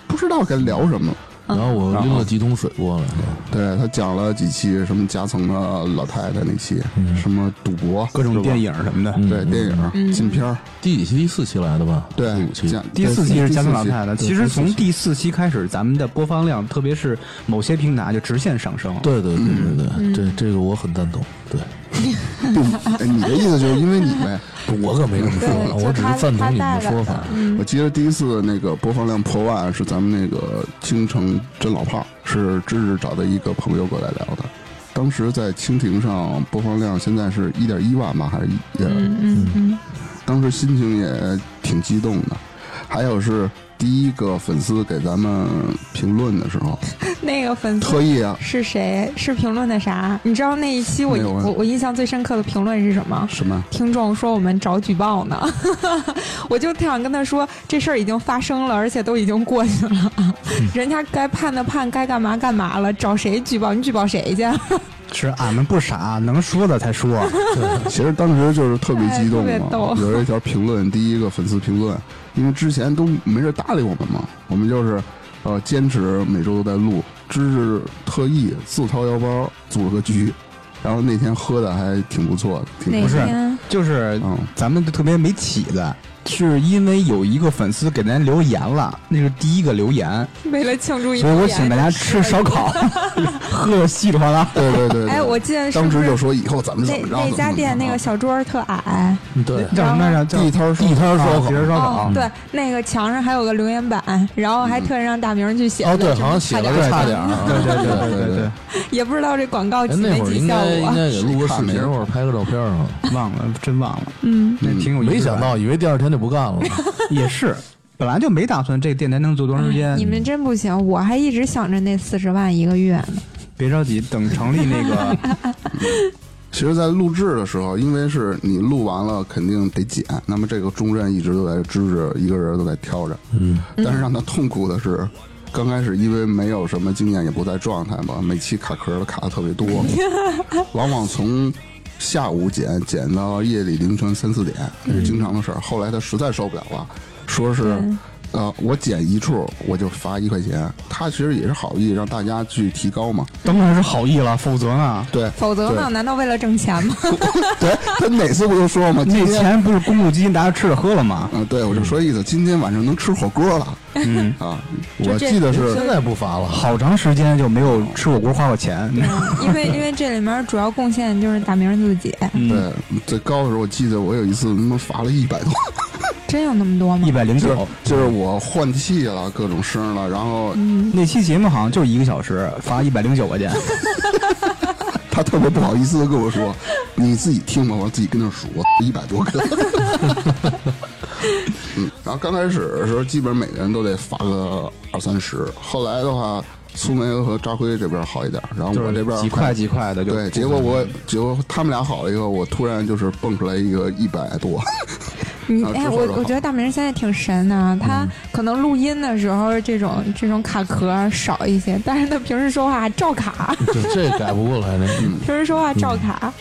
不知道该聊什么。然后我然后拎了几桶水过来，对他讲了几期什么夹层的老太太那期，什么赌博，各种电影，影什么的。嗯对电影禁片儿，第几期？第四期来的吧？对嗯第五期。讲第四期是加藤老太太，对其实第从四期第四期开始，咱们的播放量，特别是某些平台就直线上升。，啊对对对对对，这这个我很赞同。对，哎你的意思就是因为你呗？我可没这么啊说，对我只是赞同你们的说就他他带来法的。嗯我记得第一次那个播放量破万是咱们那个京城真老炮儿，是芝芝找的一个朋友过来聊的。当时在蜻蜓上播放量现在是一点一万吧，还是一点？嗯嗯嗯，当时心情也挺激动的。还有是第一个粉丝给咱们评论的时候，那个粉嗯丝特意啊是谁？是评论的啥？你知道那一期我没有啊我我印象最深刻的评论是什么？什么听众说我们找举报呢， 我就特想跟他说，这事儿已经发生了，而且都已经过去了，嗯人家该判的判，该干嘛干嘛了，找谁举报？你举报谁去？啊是俺们不傻，能说的才 说。啊其实当时就是特别激动哎特别嘛逗，有一条评论，第一个粉丝评论，因为之前都没人搭理我们嘛，我们就是呃坚持每周都在录，芝芝特意自掏腰包组了个局，然后那天喝的还挺不错，挺哪不是天？就是嗯，咱们就特别没起子，是因为有一个粉丝给咱留言了，那是第一个留言，为了庆祝一，所以我请大家吃烧。 烤，喝的稀里哗啦。对对对对，哎，我记得是当不时是就说以后咱们怎那么着那怎家么店着啊那个小桌儿特矮？嗯对， 叫什么来着？叫地摊儿地摊儿烧烤，地摊儿烧啊哦，对，那个墙上还有个留言板，然后还特意让大明去写的。嗯哦对，这好像写了个差点儿啊。对对对对对 也不知道这广告哎，起那没会儿起应效该应果。该给录谁个视看频呀或者拍个照片啊。对，嗯忘了，真忘了，嗯，那挺有意思。没想到，以为第二天就不干了。也是，本来就没打算这个电台能做多长时间。你们真不行，我还一直想着那四十万一个月呢。 别着急，等成立那个， 其实，在录制的时候，因为是你录完了，肯定得剪。那么这个重任一直都在芝芝一个人都在挑着。嗯，但是让他痛苦的是，刚开始因为没有什么经验，也不在状态嘛，每期卡壳的卡的特 别多，往往从下午剪剪到夜里凌晨三四点，这是经常的事儿。后来他实在受不了了，说是。呃，我剪一处我就罚一块钱，他其实也是好意，让大家去提高嘛。当然是好意了，否则呢，对，否则呢？难道为了挣钱吗？ 对他每次不都说嘛，那今天钱不是公募基金大家吃了喝了吗？啊，对，我就说意思，今天晚上能吃火锅了。嗯啊，我这记得是现在不罚了，好长时间就没有吃火锅花过钱。因为因为这里面主要贡献就是大明自己，嗯对嗯最高的时候，我记得我有一次他妈罚了一百多，真有那么多吗一？百零就是九，就是我换气了，各种声了，然后那期节目好像就是一个小时，罚一百零九块钱。他特别不好意思的跟我说：“你自己听吧。”我自己跟那数，一百多个。嗯，然后刚开始的时候，基本每个人都得罚个二三十。后来的话，苏梅和扎辉这边好一点，然后我这边几块几块的就对，结果我结果他们俩好了以后，我突然就是蹦出来一个一百多， 你呃啊哎，之后我就好我觉得大明现在挺神的啊，他嗯可能录音的时候这种这种卡壳少一些，但是他平时说话照卡， 对，这改不过来的。嗯平时说话照嗯卡。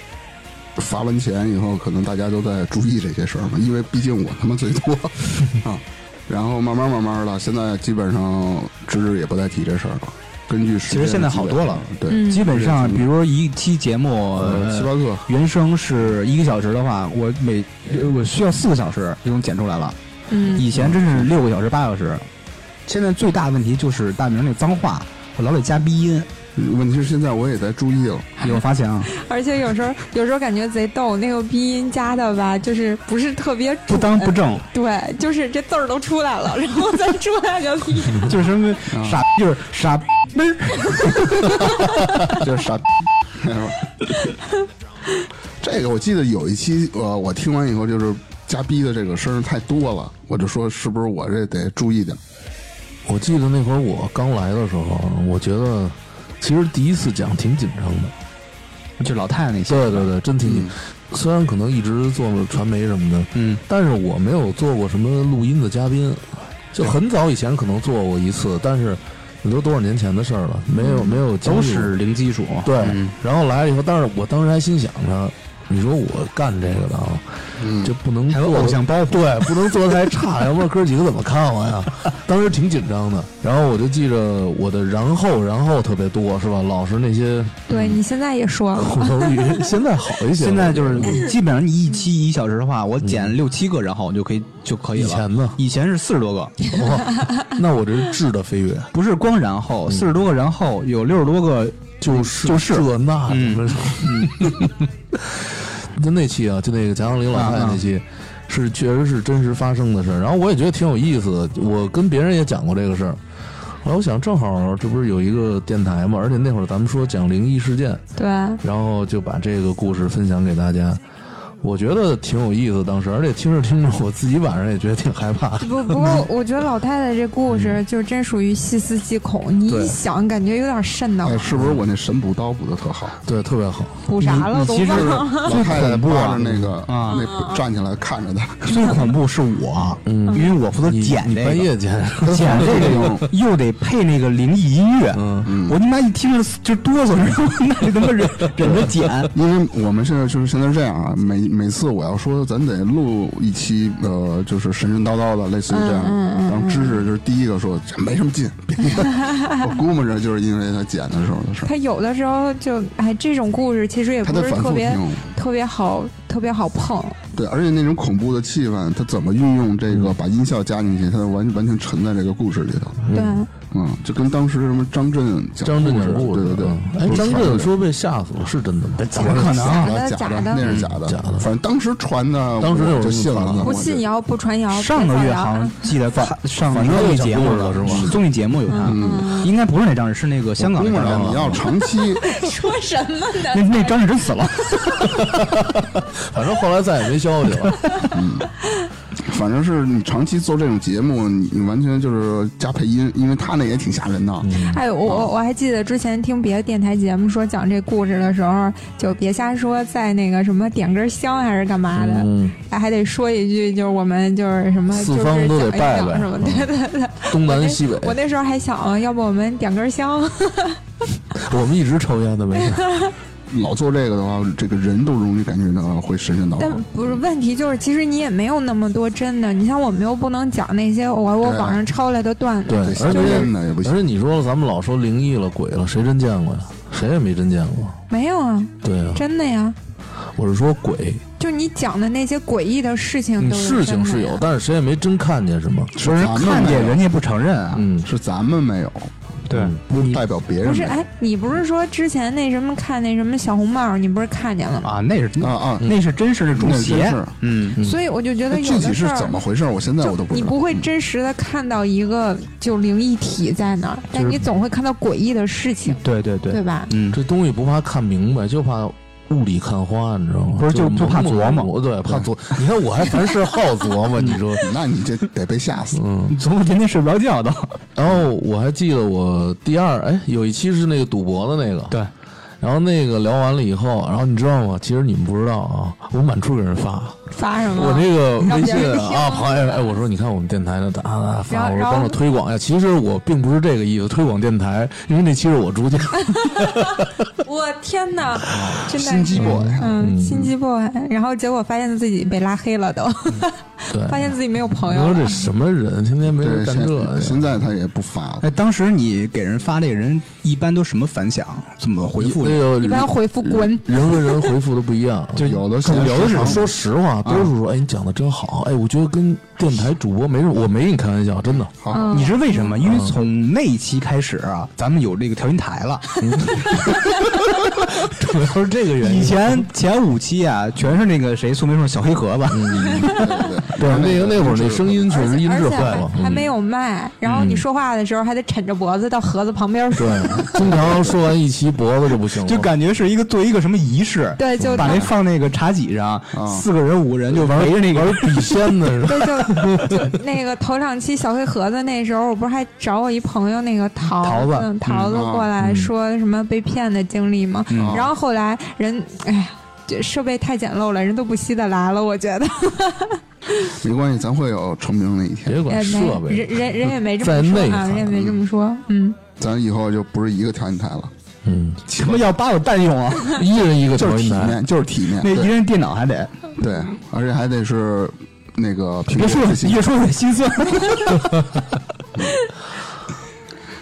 罚完钱以后，可能大家都在注意这些事儿嘛，因为毕竟我他妈最多 啊。然后慢慢慢慢的，现在基本上芝芝也不再提这事儿了。根据时其间的积累，啊实现在好多了对，嗯基本上，比如说一期节目，呃，呃七八个，原声是一个小时的话，我每呃我需要四个小时就能剪出来了。嗯，以前真是六个小时、八个小时。现在最大的问题就是大明那脏话，我老得加鼻音，问题是现在我也在注意了， 有发 现啊？而且有时候有时候感觉贼逗，那个鼻音加的吧，就是不是特别不准当不正，对，就是这字儿都出来了，然后再出来就 逼。就是什么傻，就是傻妹儿。就是傻，是吧？ 这个我记得有一期，呃，我听完以后就是加逼的这个声儿太多了，我就说是不是我这得注意点？我记得那会儿我刚来的时候，啊我觉得其实第一次讲挺紧张的。就老太太那些。对对对，真挺紧。 虽然可能一直做传媒什么的，嗯，但是我没有做过什么录音的嘉宾，就很早以前可能做过一次，但是你都多少年前的事儿了，没有没有经历过嗯都是零基础。嗯对，然后来了以后，但是我当时还心想着，你说我干这个的啊，嗯就不能还有做偶像包袱 对，不能做的太差，要不然哥几个怎么看我呀？当时挺紧张的，然后我就记着我的然后然后特别多，是吧？老是那些对你现在也说了，口头语，现在好一些了，现在就是基本上你一期一小时的话，我剪六七个，然后我就可以就可嗯以了。以前呢以前是四十多个，哇，那我这是质的飞跃，不是光然后四十多个，然后有六十多个就是就是这那嗯什么， 就那期啊，就那个贾长林老太太那啊期，是确实是真实发生的事儿。然后我也觉得挺有意思的，我跟别人也讲过这个事儿。后来我想，正好这不是有一个电台嘛，而且那会儿咱们说讲灵异事件，对，然后就把这个故事分享给大家。我觉得挺有意思，当时而且听着听着，我自己晚上也觉得挺害怕。不不过我觉得老太太这故嗯事就真属于细思极恐，你对一想感觉有点瘆得哎，慌，是不是我那神补刀补的特 好？对，特别好。补啥了你都其实忘了。老太太扒着那个啊那站起来看着他，最恐怖是我，啊因为我负责你剪你这半个夜捡， 剪这个又得配那个灵异音乐，嗯我他妈一听着就哆嗦，然后那他妈忍忍着剪。因为我们现在就是现在是这样啊，每每次我要说咱得录一期，呃，就是神神叨叨的，类似于这样，嗯然后知识就是第一个说这没什么 劲，别我估摸着就是因为他剪的时候的事儿，他有的时候就哎，这种故事其实也他不在是反特复别听，特别好，特别好碰。对，而且那种恐怖的气氛，他怎么运用这嗯个把音效加进去，他完完全沉在这个故事里头，对，嗯，就跟当时什么张震讲张震故讲事故事，对对对嗯，哎，就是张传震的啊说被吓死了，是真的吗？怎么可假能？啊的哎假的的，那是假的，嗯假的反正当时传的，当时有我人就信了，不我就信谣不传谣。上别个造月谣好像记得看上反正综艺讲节目故事了是吗综艺节目有他，应该不是那张震，是那个香港估那摸张着震。啊你要长 期说什么呢？那那张震真死了，反正后来再也没消息了。反正是你长期做这种节目，你你完全就是加配音，因为他那也挺吓人的。嗯哎，我我我还记得之前听别的电台节目说讲这故事的时候，就别瞎说，在那个什么点根香还是干嘛的，嗯，哎还得说一句，就是我们就是什么，四方都得就是讲一拜嗯讲拜什么，对对对。东南西北，我那时候还想，要不我们点根哦香？我们一直抽烟的没事。老做这个的话，这个人都容易感觉到会神神叨但叨。不是问题，就是其实你也没有那么多真的。你像我们又不能讲那些我我对网上抄来的段子，啊对，对而抽烟且的也不行而且你说咱们老说灵异了、鬼了，谁真见过呀？谁也没真见过。没有啊，对啊，真的呀。我是说鬼，就你讲的那些诡异的事情嗯都是事情真的是呀有，但是谁也没真看见什么。是咱们看没有见人家不承认啊。嗯，是咱们没有，对不代表别人不没是，有。哎，你不是说之前那什么看那什么小红帽，你不是看见了吗？啊，那是啊啊，那是真是主那真邪是，嗯，嗯所以我就觉得那有具的体事是儿怎么回事？我现在就我都不你知道。嗯不会真实的看到一个就灵异体在那儿，但你总会看到诡异的事情，对对对对，吧？嗯，这东西不怕看明白，就怕。雾里看花，你知道吗？不是就就怕琢磨，对，怕琢。你看我还凡事 好琢磨，你说那你这得被吓死。嗯。你琢磨天天睡不着觉都。然后我还记得我第二哎有一期是那个赌博的那个，对，然后那个聊完了以后，然后你知道吗？其实你们不知道啊，我满处给人发，啊发什么？我这个让微别人信听啊，朋友哎，我说你看我们电台的，啊啊发，然后我然说后帮我推广一下。其实我并不是这个意思，推广电台，因为那期是我主讲，我天哪，真的心机 boy，嗯，心机 boy，然后结果发现自己被拉黑了，都对， 发现自己没有朋你友说这了。什么人，天天没对，事干这现个。哎现在他也不发了。哎，当时你给人发这个人一般都什么反响？怎么回复？那个一般人回复滚。人和人回复的不一样，就有的可能有的是说实话，啊多数说哎你讲的真好，哎我觉得跟电台主播没什么，我没跟你开玩笑，真的。好，嗯你知道为什么？因为从那一期开始啊，咱们有这个调音台 了。 主要是这个原因。以前前五期啊，全是那个谁，苏梅说小黑盒子，嗯嗯对那个那会儿那声音确实音而质且坏还了，还嗯没有麦，然嗯后你说话的时候还得抻着脖子到盒子旁边说，对，经常说完一期脖子就不行了，就感觉是一个做一个什么仪式。对就把那放那个茶几上，四个人五个人就玩围着那个玩笔仙的似 的。对，就就那个头两期小黑盒子那时候，我不是还找我一朋友那个桃桃子嗯桃子过来说什么被骗的经历吗？然后后来人，哎呀。这设备太简陋了，人都不稀得来了，我觉得。没关系，咱会有成名的一天。别管哎没设备人，人人也没这在么内说啊，涵人也没这么说。嗯，咱以后就不是一个调音台了，嗯，什么要把我蛋用 啊，一人一个就是调音体台，面，就是体面。那一对人电脑还得。对，而且还得是那个苹别果说最新越说越心 酸。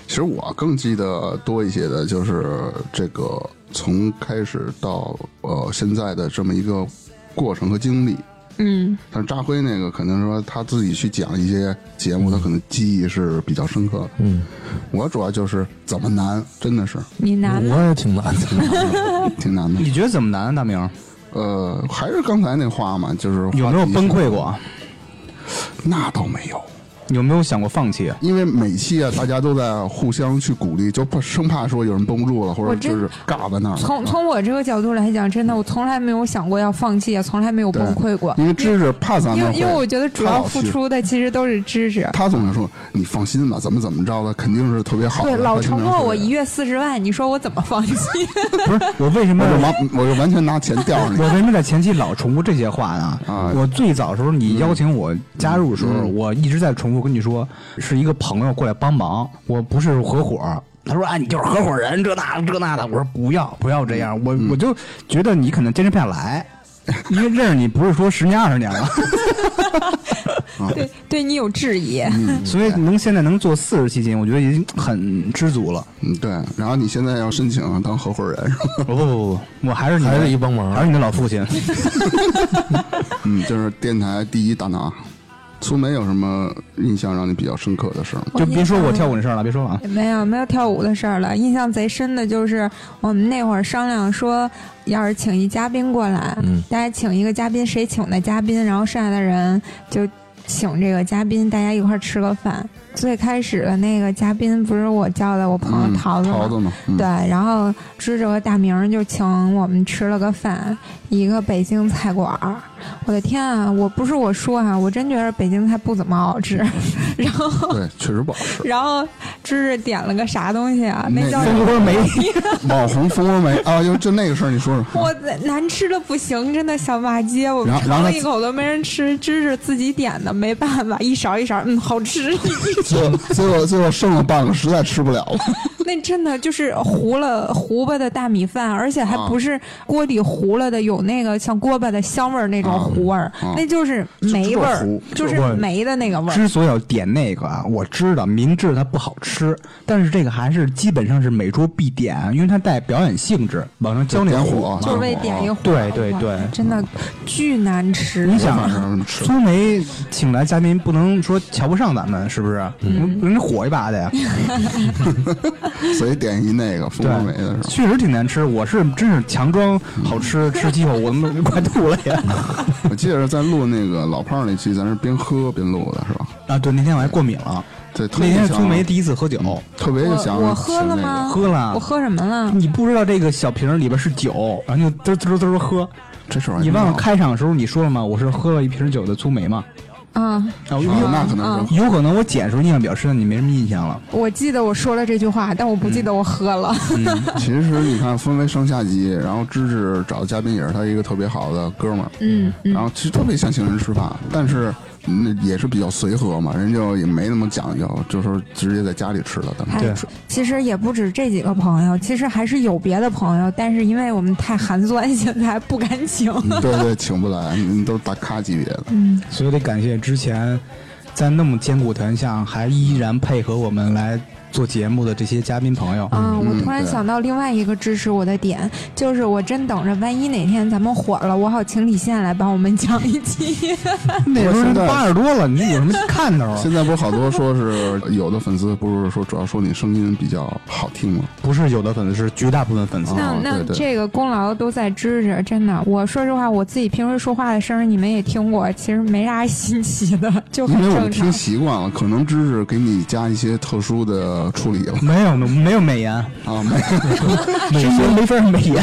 其实我更记得多一些的就是这个从开始到呃现在的这么一个过程和经历。嗯，但是扎辉那个肯定说他自己去讲一些节目，他可能记忆是比较深刻的。嗯，我主要就是怎么难，真的是你难吗？我也挺难 的。 挺难的。你觉得怎么难啊，大明？呃，还是刚才那话嘛，就是有没有话题崩溃过？啊是？那倒没有，有没有想过放弃？因为每期啊，大家都在互相去鼓励，就怕生怕说有人绷不住了，或我者真就是尬在那儿了。从从我这个角度来讲，真的，我从来没有想过要放弃，也从来没有对崩溃过。因为知识怕咱们因为会因为我觉得主他要老付去出的其实都是知识。他总是说：“你放心吧，怎么怎么着的，肯定是特别好的。”对，老他经承常诺说我这个一，月四十万，你说我怎么放弃？不是我为什么我就完，我就完全拿钱吊着 我你。为什么在前期老重复这些话呢？啊我最早的时候，你邀请我加入的时候，我一直在重复跟你说，是一个朋友过来帮忙，我不是合伙。他说啊，你就是合伙人，这那这那的。我说不要不要这样，我、我就觉得你可能坚持不下来，因为认识你不是说十年二十年了，对，对你有质疑。所以能现在能做四十期节目，我觉得已经很知足了。嗯，对。然后你现在要申请当合伙人，是吧哦不不不不，我还是你的还是一帮忙还是你的老 父亲。嗯，就是电台第一大拿。苏梅有什么印象让你比较深刻的事儿吗？我就别说我印象跳舞那事儿了，别说了啊。没有没有跳舞的事儿了，印象贼深的就是我们那会儿商量说，要是请一嘉宾过来，嗯大家请一个嘉宾，谁请的嘉宾，然后剩下的人就请这个嘉宾，大家一块儿吃个饭。最开始的那个嘉宾不是我叫的，我嗯朋友桃子吗？桃子嘛，嗯对，然后芝芝和大明儿就请我们吃了个饭，一个北京菜馆儿。我的天啊！我不是我说啊，我真觉得北京菜不怎么 好吃。然后，对，确实不好吃。然后芝芝点了个啥东西啊？那那叫那什我么？说 没，网红蜂窝煤啊，就就那个事儿，你说说。我难吃的不行，真的小骂街。我们然后然尝后了他一口都没人吃，芝芝自己点的，没办法，一勺一勺，嗯，好吃。最后最后最后剩了半个，实在吃不了了。那真的就是糊了糊巴的大米饭，而且啊还不是锅底糊了的，有那个像锅巴的香味儿那种糊味儿，啊那就是霉味儿就就是糊，就是霉的那个味儿。之所以要点那个啊，我知道明知它不好吃，但是这个还是基本上是每桌必点，啊因为它带表演性质，往上浇那个点火啊火。就为点一火，啊对对哇对嗯真的巨难吃。你想晚上这么，吃啊苏梅请来嘉宾不能说瞧不上咱们，是不是？人家火一把的呀。嗯所以点一那个蜂窝煤的是吧？嗯确实挺难吃。我是真是强装好吃，吃鸡肉我他 妈快吐了也。我记得是在录那个老炮儿那期，咱是边喝边录的，是吧？啊，对，那天我还过敏了。对，特那别啊嗯天是想哦苏梅第一次喝酒，特别就我想我喝了吗？喝了我喝什么了？你不知道这个小瓶儿里边是酒，然后就滋儿滋儿滋儿喝。这事儿我还你真忘了忘了开场的时候你说了吗？我是喝了一瓶酒的粗梅嘛。啊，啊，因为啊，那可能是有可能我剪的时候印象比较深，你没什么印象了。我记得我说了这句话，但我嗯不记得我喝了。其实你看分为上下级，然后芝芝找的嘉宾也是他一个特别好的哥们儿，嗯然后其实特别想请人吃饭，但是嗯也是比较随和嘛，人就也没那么讲究，就是直接在家里吃了。当时太出其实也不止这几个朋友，其实还是有别的朋友，但是因为我们太寒酸， 现在不敢请。嗯嗯对对，请不来，你都是大咖级别的，所以得感谢之前在那么艰苦条件下，还依然配合我们来做节目的这些嘉宾朋友，啊，我突然嗯对想到另外一个支持我的点，就是我真等着，万一哪天咱们火了，我好请李现来帮我们讲一期。那时候现人在八十多了，你有什么看头啊？现在不是好多说是有的粉丝不是说主要说你声音比较好听吗？不是有的粉丝，是绝大部分粉丝。啊那 哦那对对这个功劳都在芝芝，真的。我说实话，我自己平时说话的声儿你们也听过，其实没啥 新奇的，就因很为我正们常听。习惯了，可能知识给你加一些特殊的处理了没有没有美颜，啊，没有，声音没法美 颜，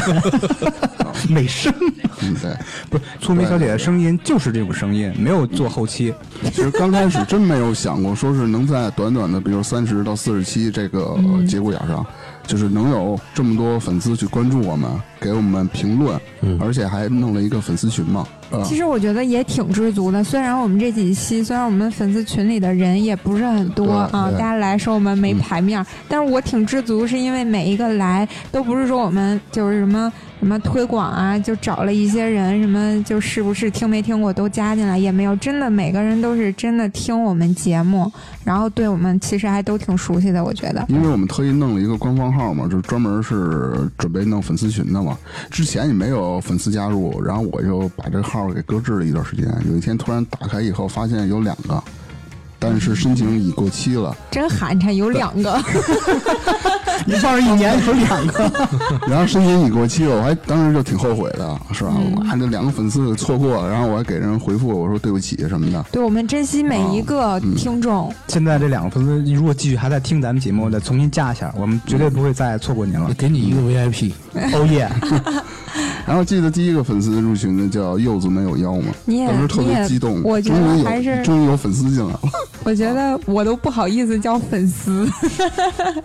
美声嗯对。不是粗眉小姐的声音就是这种声音，没有做后期。其实刚开始真没有想过，说是能在短短的，比如三十到四十期这个嗯节骨眼上，就是能有这么多粉丝去关注我们，给我们评论，嗯嗯而且还弄了一个粉丝群嘛。啊其实我觉得也挺知足的，虽然我们这几期，虽然我们粉丝群里的人也不是很多对啊，对大家来说我们没嗯排面儿，但是我挺知足，是因为每一个来都不是说我们就是什么什么推广啊，就找了一些人，什么就是不是听没听过都加进来，也没有真的每个人都是真的听我们节目，然后对我们其实还都挺熟悉的，我 觉得。因为我们特意弄了一个官方号嘛，就是专门是准备弄粉丝群的嘛。之前也没有粉丝加入，然后我就把这个号给搁置了一段时间。有一天突然打开以后，发现有两个，但是申请已过期了。真寒碜，有两个，嗯你放上一年有两个， 然后申请已过期了，我还当时就挺后悔的，是嗯吧？我还这两个粉丝错过，然后我还给人回复我说对不起什么的。对我们珍惜每哦嗯一个听众。现在这两个粉丝如果继续还在听咱们节目，再重新加一下，我们绝对不会再错过您 了。给你一个 VIP，哦耶！然后记得第一个粉丝入群的叫柚子没有腰嘛，你也当时特你也别激动，我觉终得于还是有终于有粉丝进来了， 我觉得我都不好意思叫粉丝，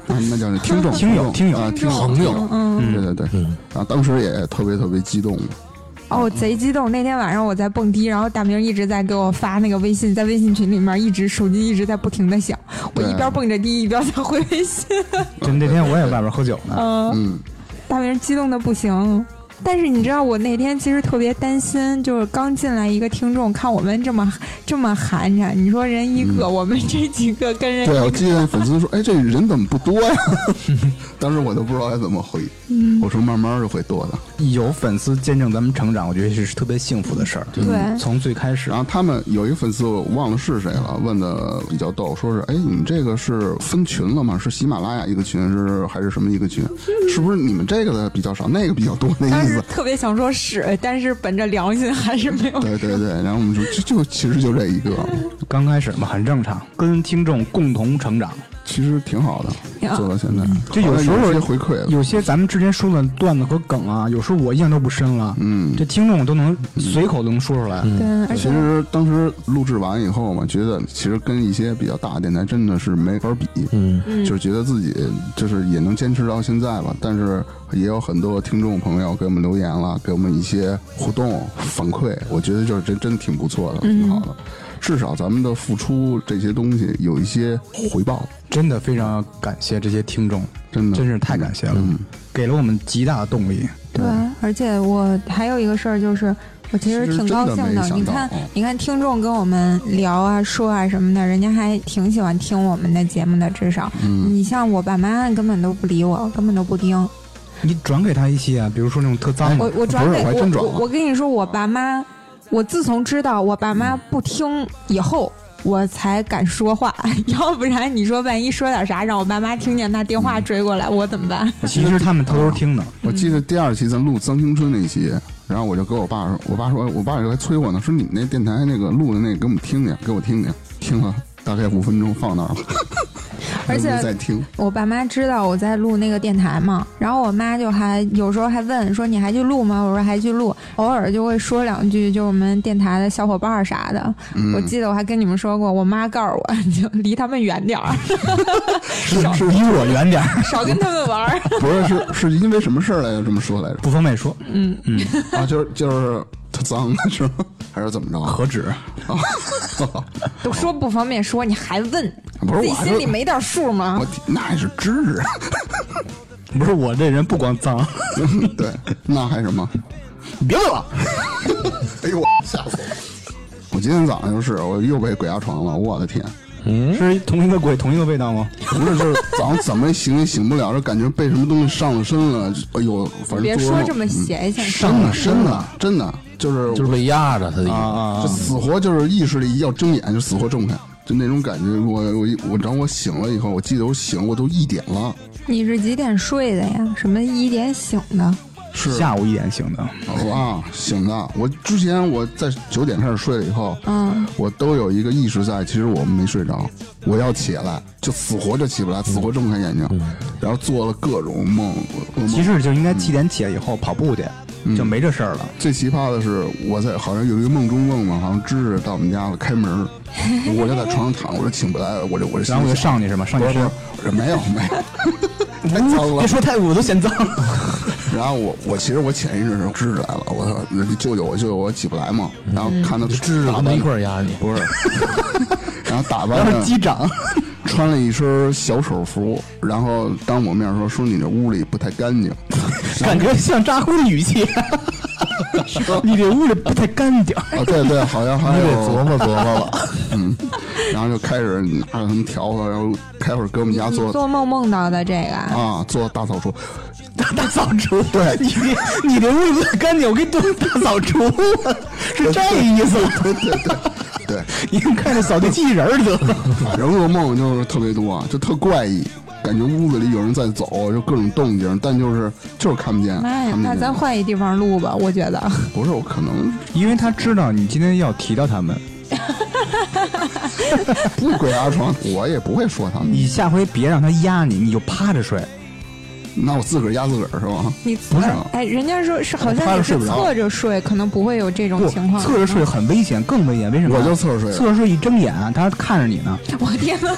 啊那叫听众听友听友嗯啊听朋友友，对对对，啊当时也特别特别激动，嗯哦，贼激动！那天晚上我在蹦迪，然后大明一直在给我发那个微信，在微信群里面一直手机一直在不停的响，我对一边蹦着迪一边在回微信。就那天我也外边喝酒呢，嗯，嗯，大明激动的不行。但是你知道，我那天其实特别担心，就是刚进来一个听众，看我们这么这么寒碜，你说人一个，我们这几个跟人嗯对，我记得粉丝说，哎，这人怎么不多呀？ 当时我都不知道该怎么回，嗯我说慢慢就会多的。有粉丝见证咱们成长，我觉得是特别幸福的事儿。对从最开始然后他们有一个粉丝我忘了是谁了，问的比较逗，说是哎，你们这个是分群了吗？是喜马拉雅一个群，是还是什么一个群？是不是你们这个的比较少，那个比较多？那意当时思？特别想说屎，但是本着良心还是没有。对对对，然后我们说就就其实就这一个，刚开始嘛，很正常，跟听众共同成长。其实挺好挺的，好做到现在，嗯就有时候好像有一些回馈了，有些咱们之前说的段子和梗啊，有时候我印象都不深了，嗯这。听众都能随口都能说出来。对，而其且实当时录制完以后嘛，觉得其实跟一些比较大的电台真的是没法比，嗯，就是觉得自己就是也能坚持到现在吧，但是也有很多听众朋友给我们留言了，给我们一些互动反馈，我觉得就是真真挺不错的，挺好的。嗯至少咱们的付出这些东西有一些回报，真的非常感谢这些听众，真的真是太感谢了，嗯给了我们极大的动力。对，而且我还有一个事儿就是。我其实其实挺高真的兴没的，想你到看嗯，你看，听众跟我们聊啊、说啊什么的，人家还挺喜欢听我们的节目的。至少，嗯你像我爸妈根本都不理我，根本都不听。你转给他一些啊，比如说那种特脏的，我我转嗯不是给我还真啊转我了我跟你说，我爸妈，我自从知道我爸妈不听以后，我才敢说话。 要不然你说万一说点啥，让我爸妈听见，那电嗯话追过来，我怎么办？其实他们偷偷听的。我记嗯得第二期咱录《脏青春》那期，然后我就跟我爸说，我爸说，我爸就还催我呢，说你们那电台那个录的那个给我们听听，给我听听，听了大概五分钟放 那儿了，而且还没再听，我爸妈知道我在录那个电台嘛，然后我妈就还有时候还问说你还去录吗？我说还去录，偶尔就会说两句，就我们电台的小伙伴儿啥的。嗯我记得我还跟你们说过，我妈告诉我 你就离他们远点儿， 是是离我远点 儿，少跟他们玩儿。 不是是 是因为什么事儿来着？这么说来着？不方便说，啊，就是就是他脏的是吗？还是怎么着？何止？都说不方便说，你还问，啊不是自己我还心里说没点数吗我？那是知识，啊 不是我这人不光 脏，对，那还什么？ 你别问了。哎呦，我吓死我了！我我今天早上就是我又被鬼压床了，我的天！嗯，是同一个鬼同一个味道吗？不是，就是早上怎么醒也醒不了，就感觉被什么东西上了身了。哎呦，反正别昨说晚这么邪性，上了身了，真的就是就是被压着他的意啊思。啊！就死活就是意识里一要睁眼就死活睁不开，就那种感觉。我我我，然后我醒了以后，我记得我醒我都一点了，你是几点睡的呀？什么一点醒的？是下午一点醒的，我嗯啊醒的。我之前我在九点开始睡了以后，嗯，我都有一个意识在，其实我没睡着，我要起来，就死活就起不来，死活睁不开眼睛，然后做了各种梦。噩梦嗯其实就应该七点起来以后跑步去，嗯就没这事儿了。最奇葩的是，我在好像有一个梦中梦嘛，好像芝芝到我们家了，开门儿，我就在床上躺，我就醒不来了，我就我就然后我就心想上去是吗？上不去哎是不是，我身说没有没有， 太脏了别。说太恶，我都嫌脏了。然后我我其实我潜意识是芝芝来了，我说你救救我救救我，起不来嘛。然嗯后看他支着打跟他扮一，块儿压你，不是？然后打扮 然后的击掌， 穿了一身小手服，然后当我面说说你这屋里不太干 净，感觉像扎呼的语气。 你这屋里不太干净。啊对对，好 像还你有得琢磨琢磨了。 嗯，然后就开始拿着他们笤帚，然后开会儿给我们家你做做梦梦到的这个啊？啊，做大扫除，大大扫除，对你这你这屋子不太干净，我给你做大扫除， 是这意思 吗？ 对对对对，你看着扫地机器人儿得 了。反正噩梦就是特别多，就特怪异，感觉屋子里有人在走，就各种动静，但就是就是看不见，妈呀，看不那见咱人。换一地方录吧，我觉得。不是我可能因为他知道你今天要提到他们，不鬼压床，我也不会说他们。你下回别让他压你，你就趴着睡。那我自个儿压自个儿是吧？你不是哎，人家说是好像趴着你睡是不着侧着睡，可能不会有这种不，情况。侧着睡很危险，更危险。为什么？我就侧着睡侧着睡一睁眼，他看着你 呢， 我天哪！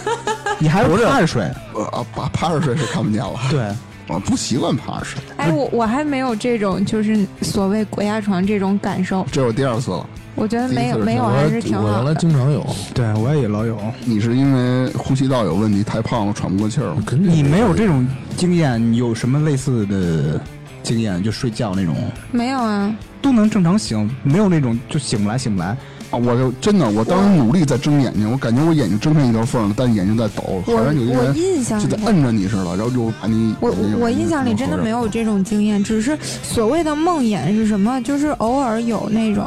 你还是趴着睡。我啊趴趴着睡是看不见了，对，我不习惯趴着睡，哎，我我还没有这种就是所谓鬼压床这种感受，这是我第二次了。哎我觉得第一没有次没有我还是挺我好原来的。经常有，对我也老有。你是因为呼吸道有问题，太胖了喘不过气儿啊吗？肯定你没有这种经验，你有什么类似的经验？就睡觉那种没有啊，都能正常醒，没有那种就醒不来，醒不来。啊，我就真的，我当时努力在睁眼睛，我感觉我眼睛睁开一条缝了，但眼睛在抖，我好像有一个我人印象就在里摁着你似的，然后就把你。嗯我我印象里真的没有这种经验，只是所谓的梦魇是什么？就是偶尔有那种，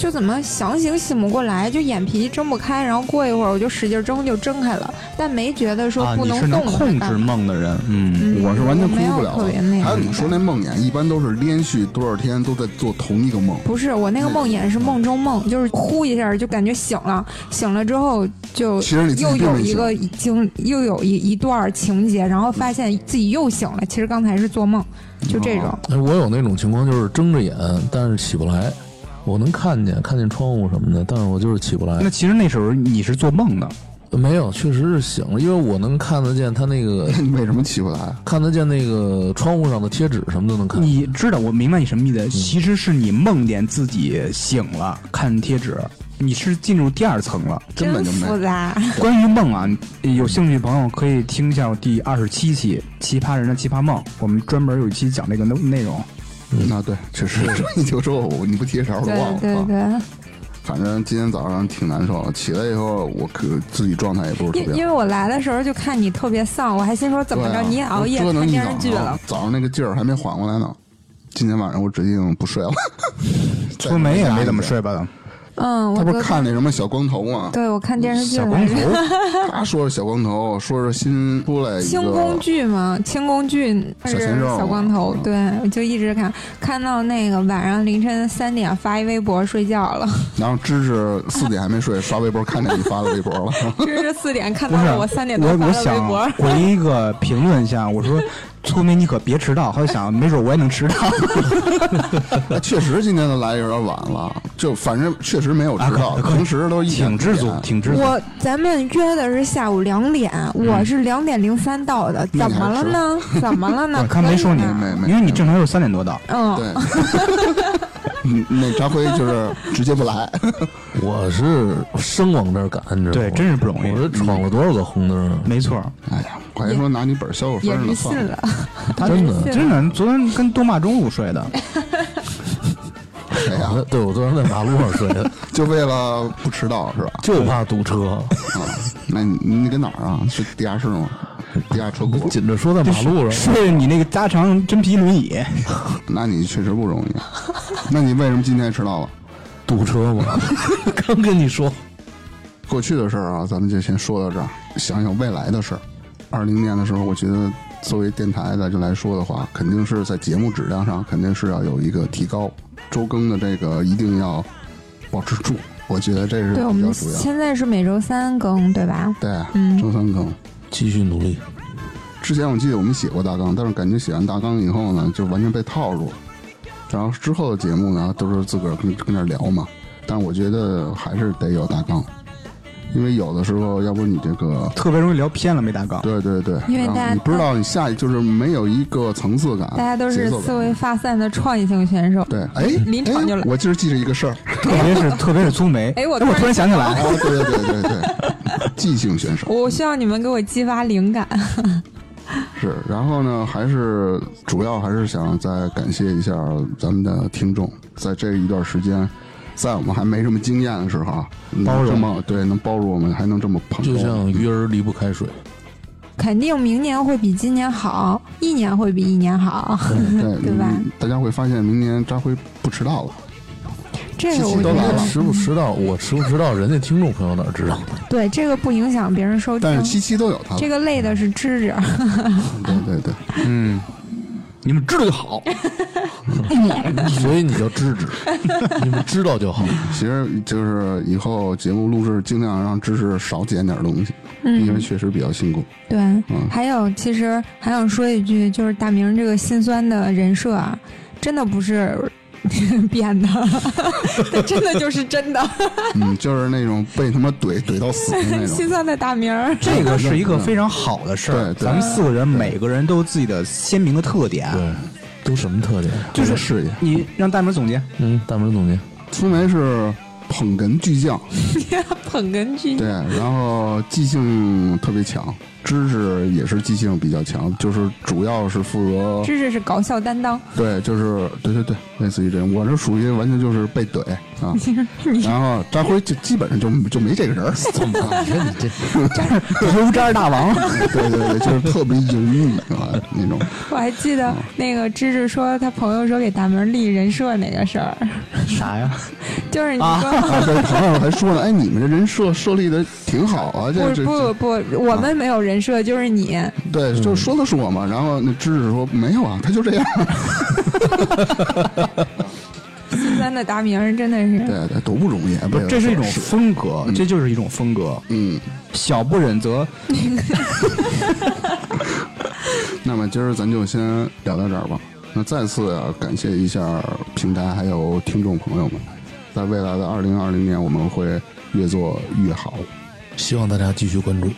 就怎么想醒醒不过来，就眼皮睁不开，然后过一会儿我就使劲睁就睁开了，但没觉得说啊，不你是能动弹控的制梦的人，嗯，嗯我是完全控制不了我没有特别那的。个还有你说那梦魇，一般都是连续多少天都在做同一个梦，不是我那个梦魇是梦中梦，就是呼一下就感觉醒了，醒了之后就其实你自己又并有没一醒个经又有一一段情节，然后发现自己又醒了，其实刚才是做梦，就这种。哦哎，我有那种情况，就是睁着眼，但是起不来。我能看见，看见窗户什么的，但是我就是起不来那。其实那时候你是做梦的，没有，确实是醒了，因为我能看得见他那 个，那你为什么起不来？看得见那个窗户上的贴纸什么都能看。 你知道我明白你什么意嗯思，其实是你梦见自己醒了，看贴纸，你是进入第二层了。根本就没复杂，关于梦啊，有兴趣的朋友可以听一下我第二十七期《奇葩人的奇葩梦》，我们专门有一期讲这个内内容。嗯那对，确实， 你就说我你不提啥我都对忘 对了。啊对，反正今天早上挺难受的，起来以后我可自己状态也不是特别好因。因为我来的时候就看你特别丧，我还心说怎么着对啊你也熬夜折腾啊看一电早视上剧了，早上那个劲儿还没缓过来呢。今天晚上我指定不睡了。 春梅也没怎么睡吧？嗯，他我不是昨看那什么小光头吗？对我看电视剧小来 光头着，他说是小光头，说是新出来一个清宫剧嘛，清宫剧小鲜是肉小光头嗯，对，我就一直看，看到那个晚上凌晨三点发一微博睡觉了， 然后芝芝四点还没睡，刷微博看见你发的微博了， 这是四点看不到是，了 我三点多发我我的微想博，回一个评论一下，我说聪明你可别迟到，后来 想没准我也能迟到哎确实今天的来有点晚了，就反正确实没有啊迟到，可可平时都一点挺知足，两点挺知足。我咱们约的是下午两点，嗯我是两点零三到的，那怎你还么了迟呢？怎么 了呢我？啊看没说你可以啊呢没没，因为你正常都是三点多到。嗯，对。嗯那张辉就是直接不 来，我是生往这儿赶，你知道吗？对真是不容易我这闯了多少个红灯啊！没错，哎呀，我还说拿你本儿消个也分迷呢，信算了。啊了，真的也迷信了真的，昨天跟东骂中午睡的，谁哎呀、哎对，我昨天在马路上睡 的，就为了不迟到是吧？就怕堵车。啊，那你你搁哪儿啊？是地下室吗？地下车库？紧着说在马路上， 睡你那个加长真皮轮椅，那你确实不容易。那你为什么今天迟到了？堵车 嘛。 刚跟你说，过去的事儿啊，咱们就先说到这儿，想想未来的事儿。二零年的时候，我觉得作为电台的来说的话，肯定是在节目质量上肯定是要有一个提高，周更的这个一定要保持住，我觉得这是对，我比较们主要。现在是每周三更，对吧？对，嗯周三更。继续努力。之前我记得我们写过大纲，但是感觉写完大纲以后呢，就完全被套路了。然后之后的节目呢，都是自个儿跟跟那儿聊嘛。但是我觉得还是得有大纲，因为有的时候，要不你这个， 特别容易聊偏了没大纲。对对对，因为然后大家你不知道你下一就是没有一个层次感，大家都节是奏感嗯思维发散的创意性选手。对，哎，临场就哎来我今儿记着一个事儿，特别是特别是粗眉，哎我我突然想起啊，来，对对对对对，即兴选手我需要你们给我激发灵感。是。然后呢，还是主要还是想再感谢一下咱们的听众，在这一段时间。在我们还没什么经验的时候啊，包能容这么对，能包容我们，还能这么捧就我们像鱼儿离不开水，肯定明年会比今年好，一年会比一年好， 对对吧嗯大家会发现，明年张辉不迟到了，这个自己我觉都来了得迟不迟到，我迟不迟到，人家听众朋友哪知道？对，这个不影响别人收但听是。七期都有他了。这个累的是芝芝，对对对，嗯，你们知道就好。 所以你叫制止，你们知道就好。其实就是以后节目录制尽量让知识少减点东西，因为嗯，确实比较辛苦。对。嗯，还有，其实还想说一句，就是大明这个心酸的人设啊，真的不是 编的， 他真的就是真的。嗯， 就是那种被他妈怼怼到死的那 心种。酸的大明儿，这个是一个非常好的事儿，对对咱们四个人每个人都有自己的鲜明的特点。对，都什么特点？就是事业。你让大明总结，嗯，大明总监，粗梅是捧哏巨匠，捧哏剧对，然后记性特别强，知识也是记性比较强，就是主要是负责芝芝是搞笑担当， 对，就是对对对，类似于这样。我这属于完全就是被怼啊，然后张辉就基本上就就没这个人 儿，你看 你这油渣大王，对对对，就是特别油腻啊那 种。 我还记得那个芝芝说他朋友说给大明立人设那个事儿，啥呀？ 就是你说。 啊，对，朋友还说呢，哎，你们这人设设立的挺好啊，这不这是不这，不，我们没有人设，就是你。 对，就说的是我嘛。然后那知识说没有啊，他就这样。心酸的大明儿真的是，对对，多不容易啊，不是，为了这是一种事风格，嗯这就是一种风格。嗯。小不忍则那么今儿咱就先聊到这儿吧。那再次啊，感谢一下平台还有听众朋友们，在未来的二零二零年，我们会越做越好。希望大家继续关注。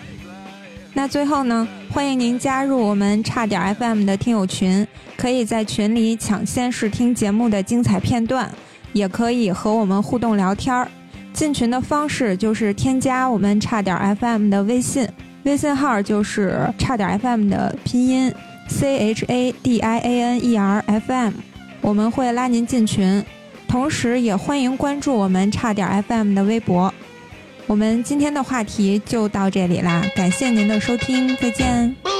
那最后呢，欢迎您加入我们差点 FM 的听友群，可以在群里抢先试听节目的精彩片段，也可以和我们互动聊天儿。进群的方式就是添加我们差点 FM 的微信，微信号就是差点 FM 的拼音 C H A D I A N E R F M，我们会拉您进群，同时也欢迎关注我们差点 FM 的微博。我们今天的话题就到这里啦，感谢您的收听，再见。 Boo!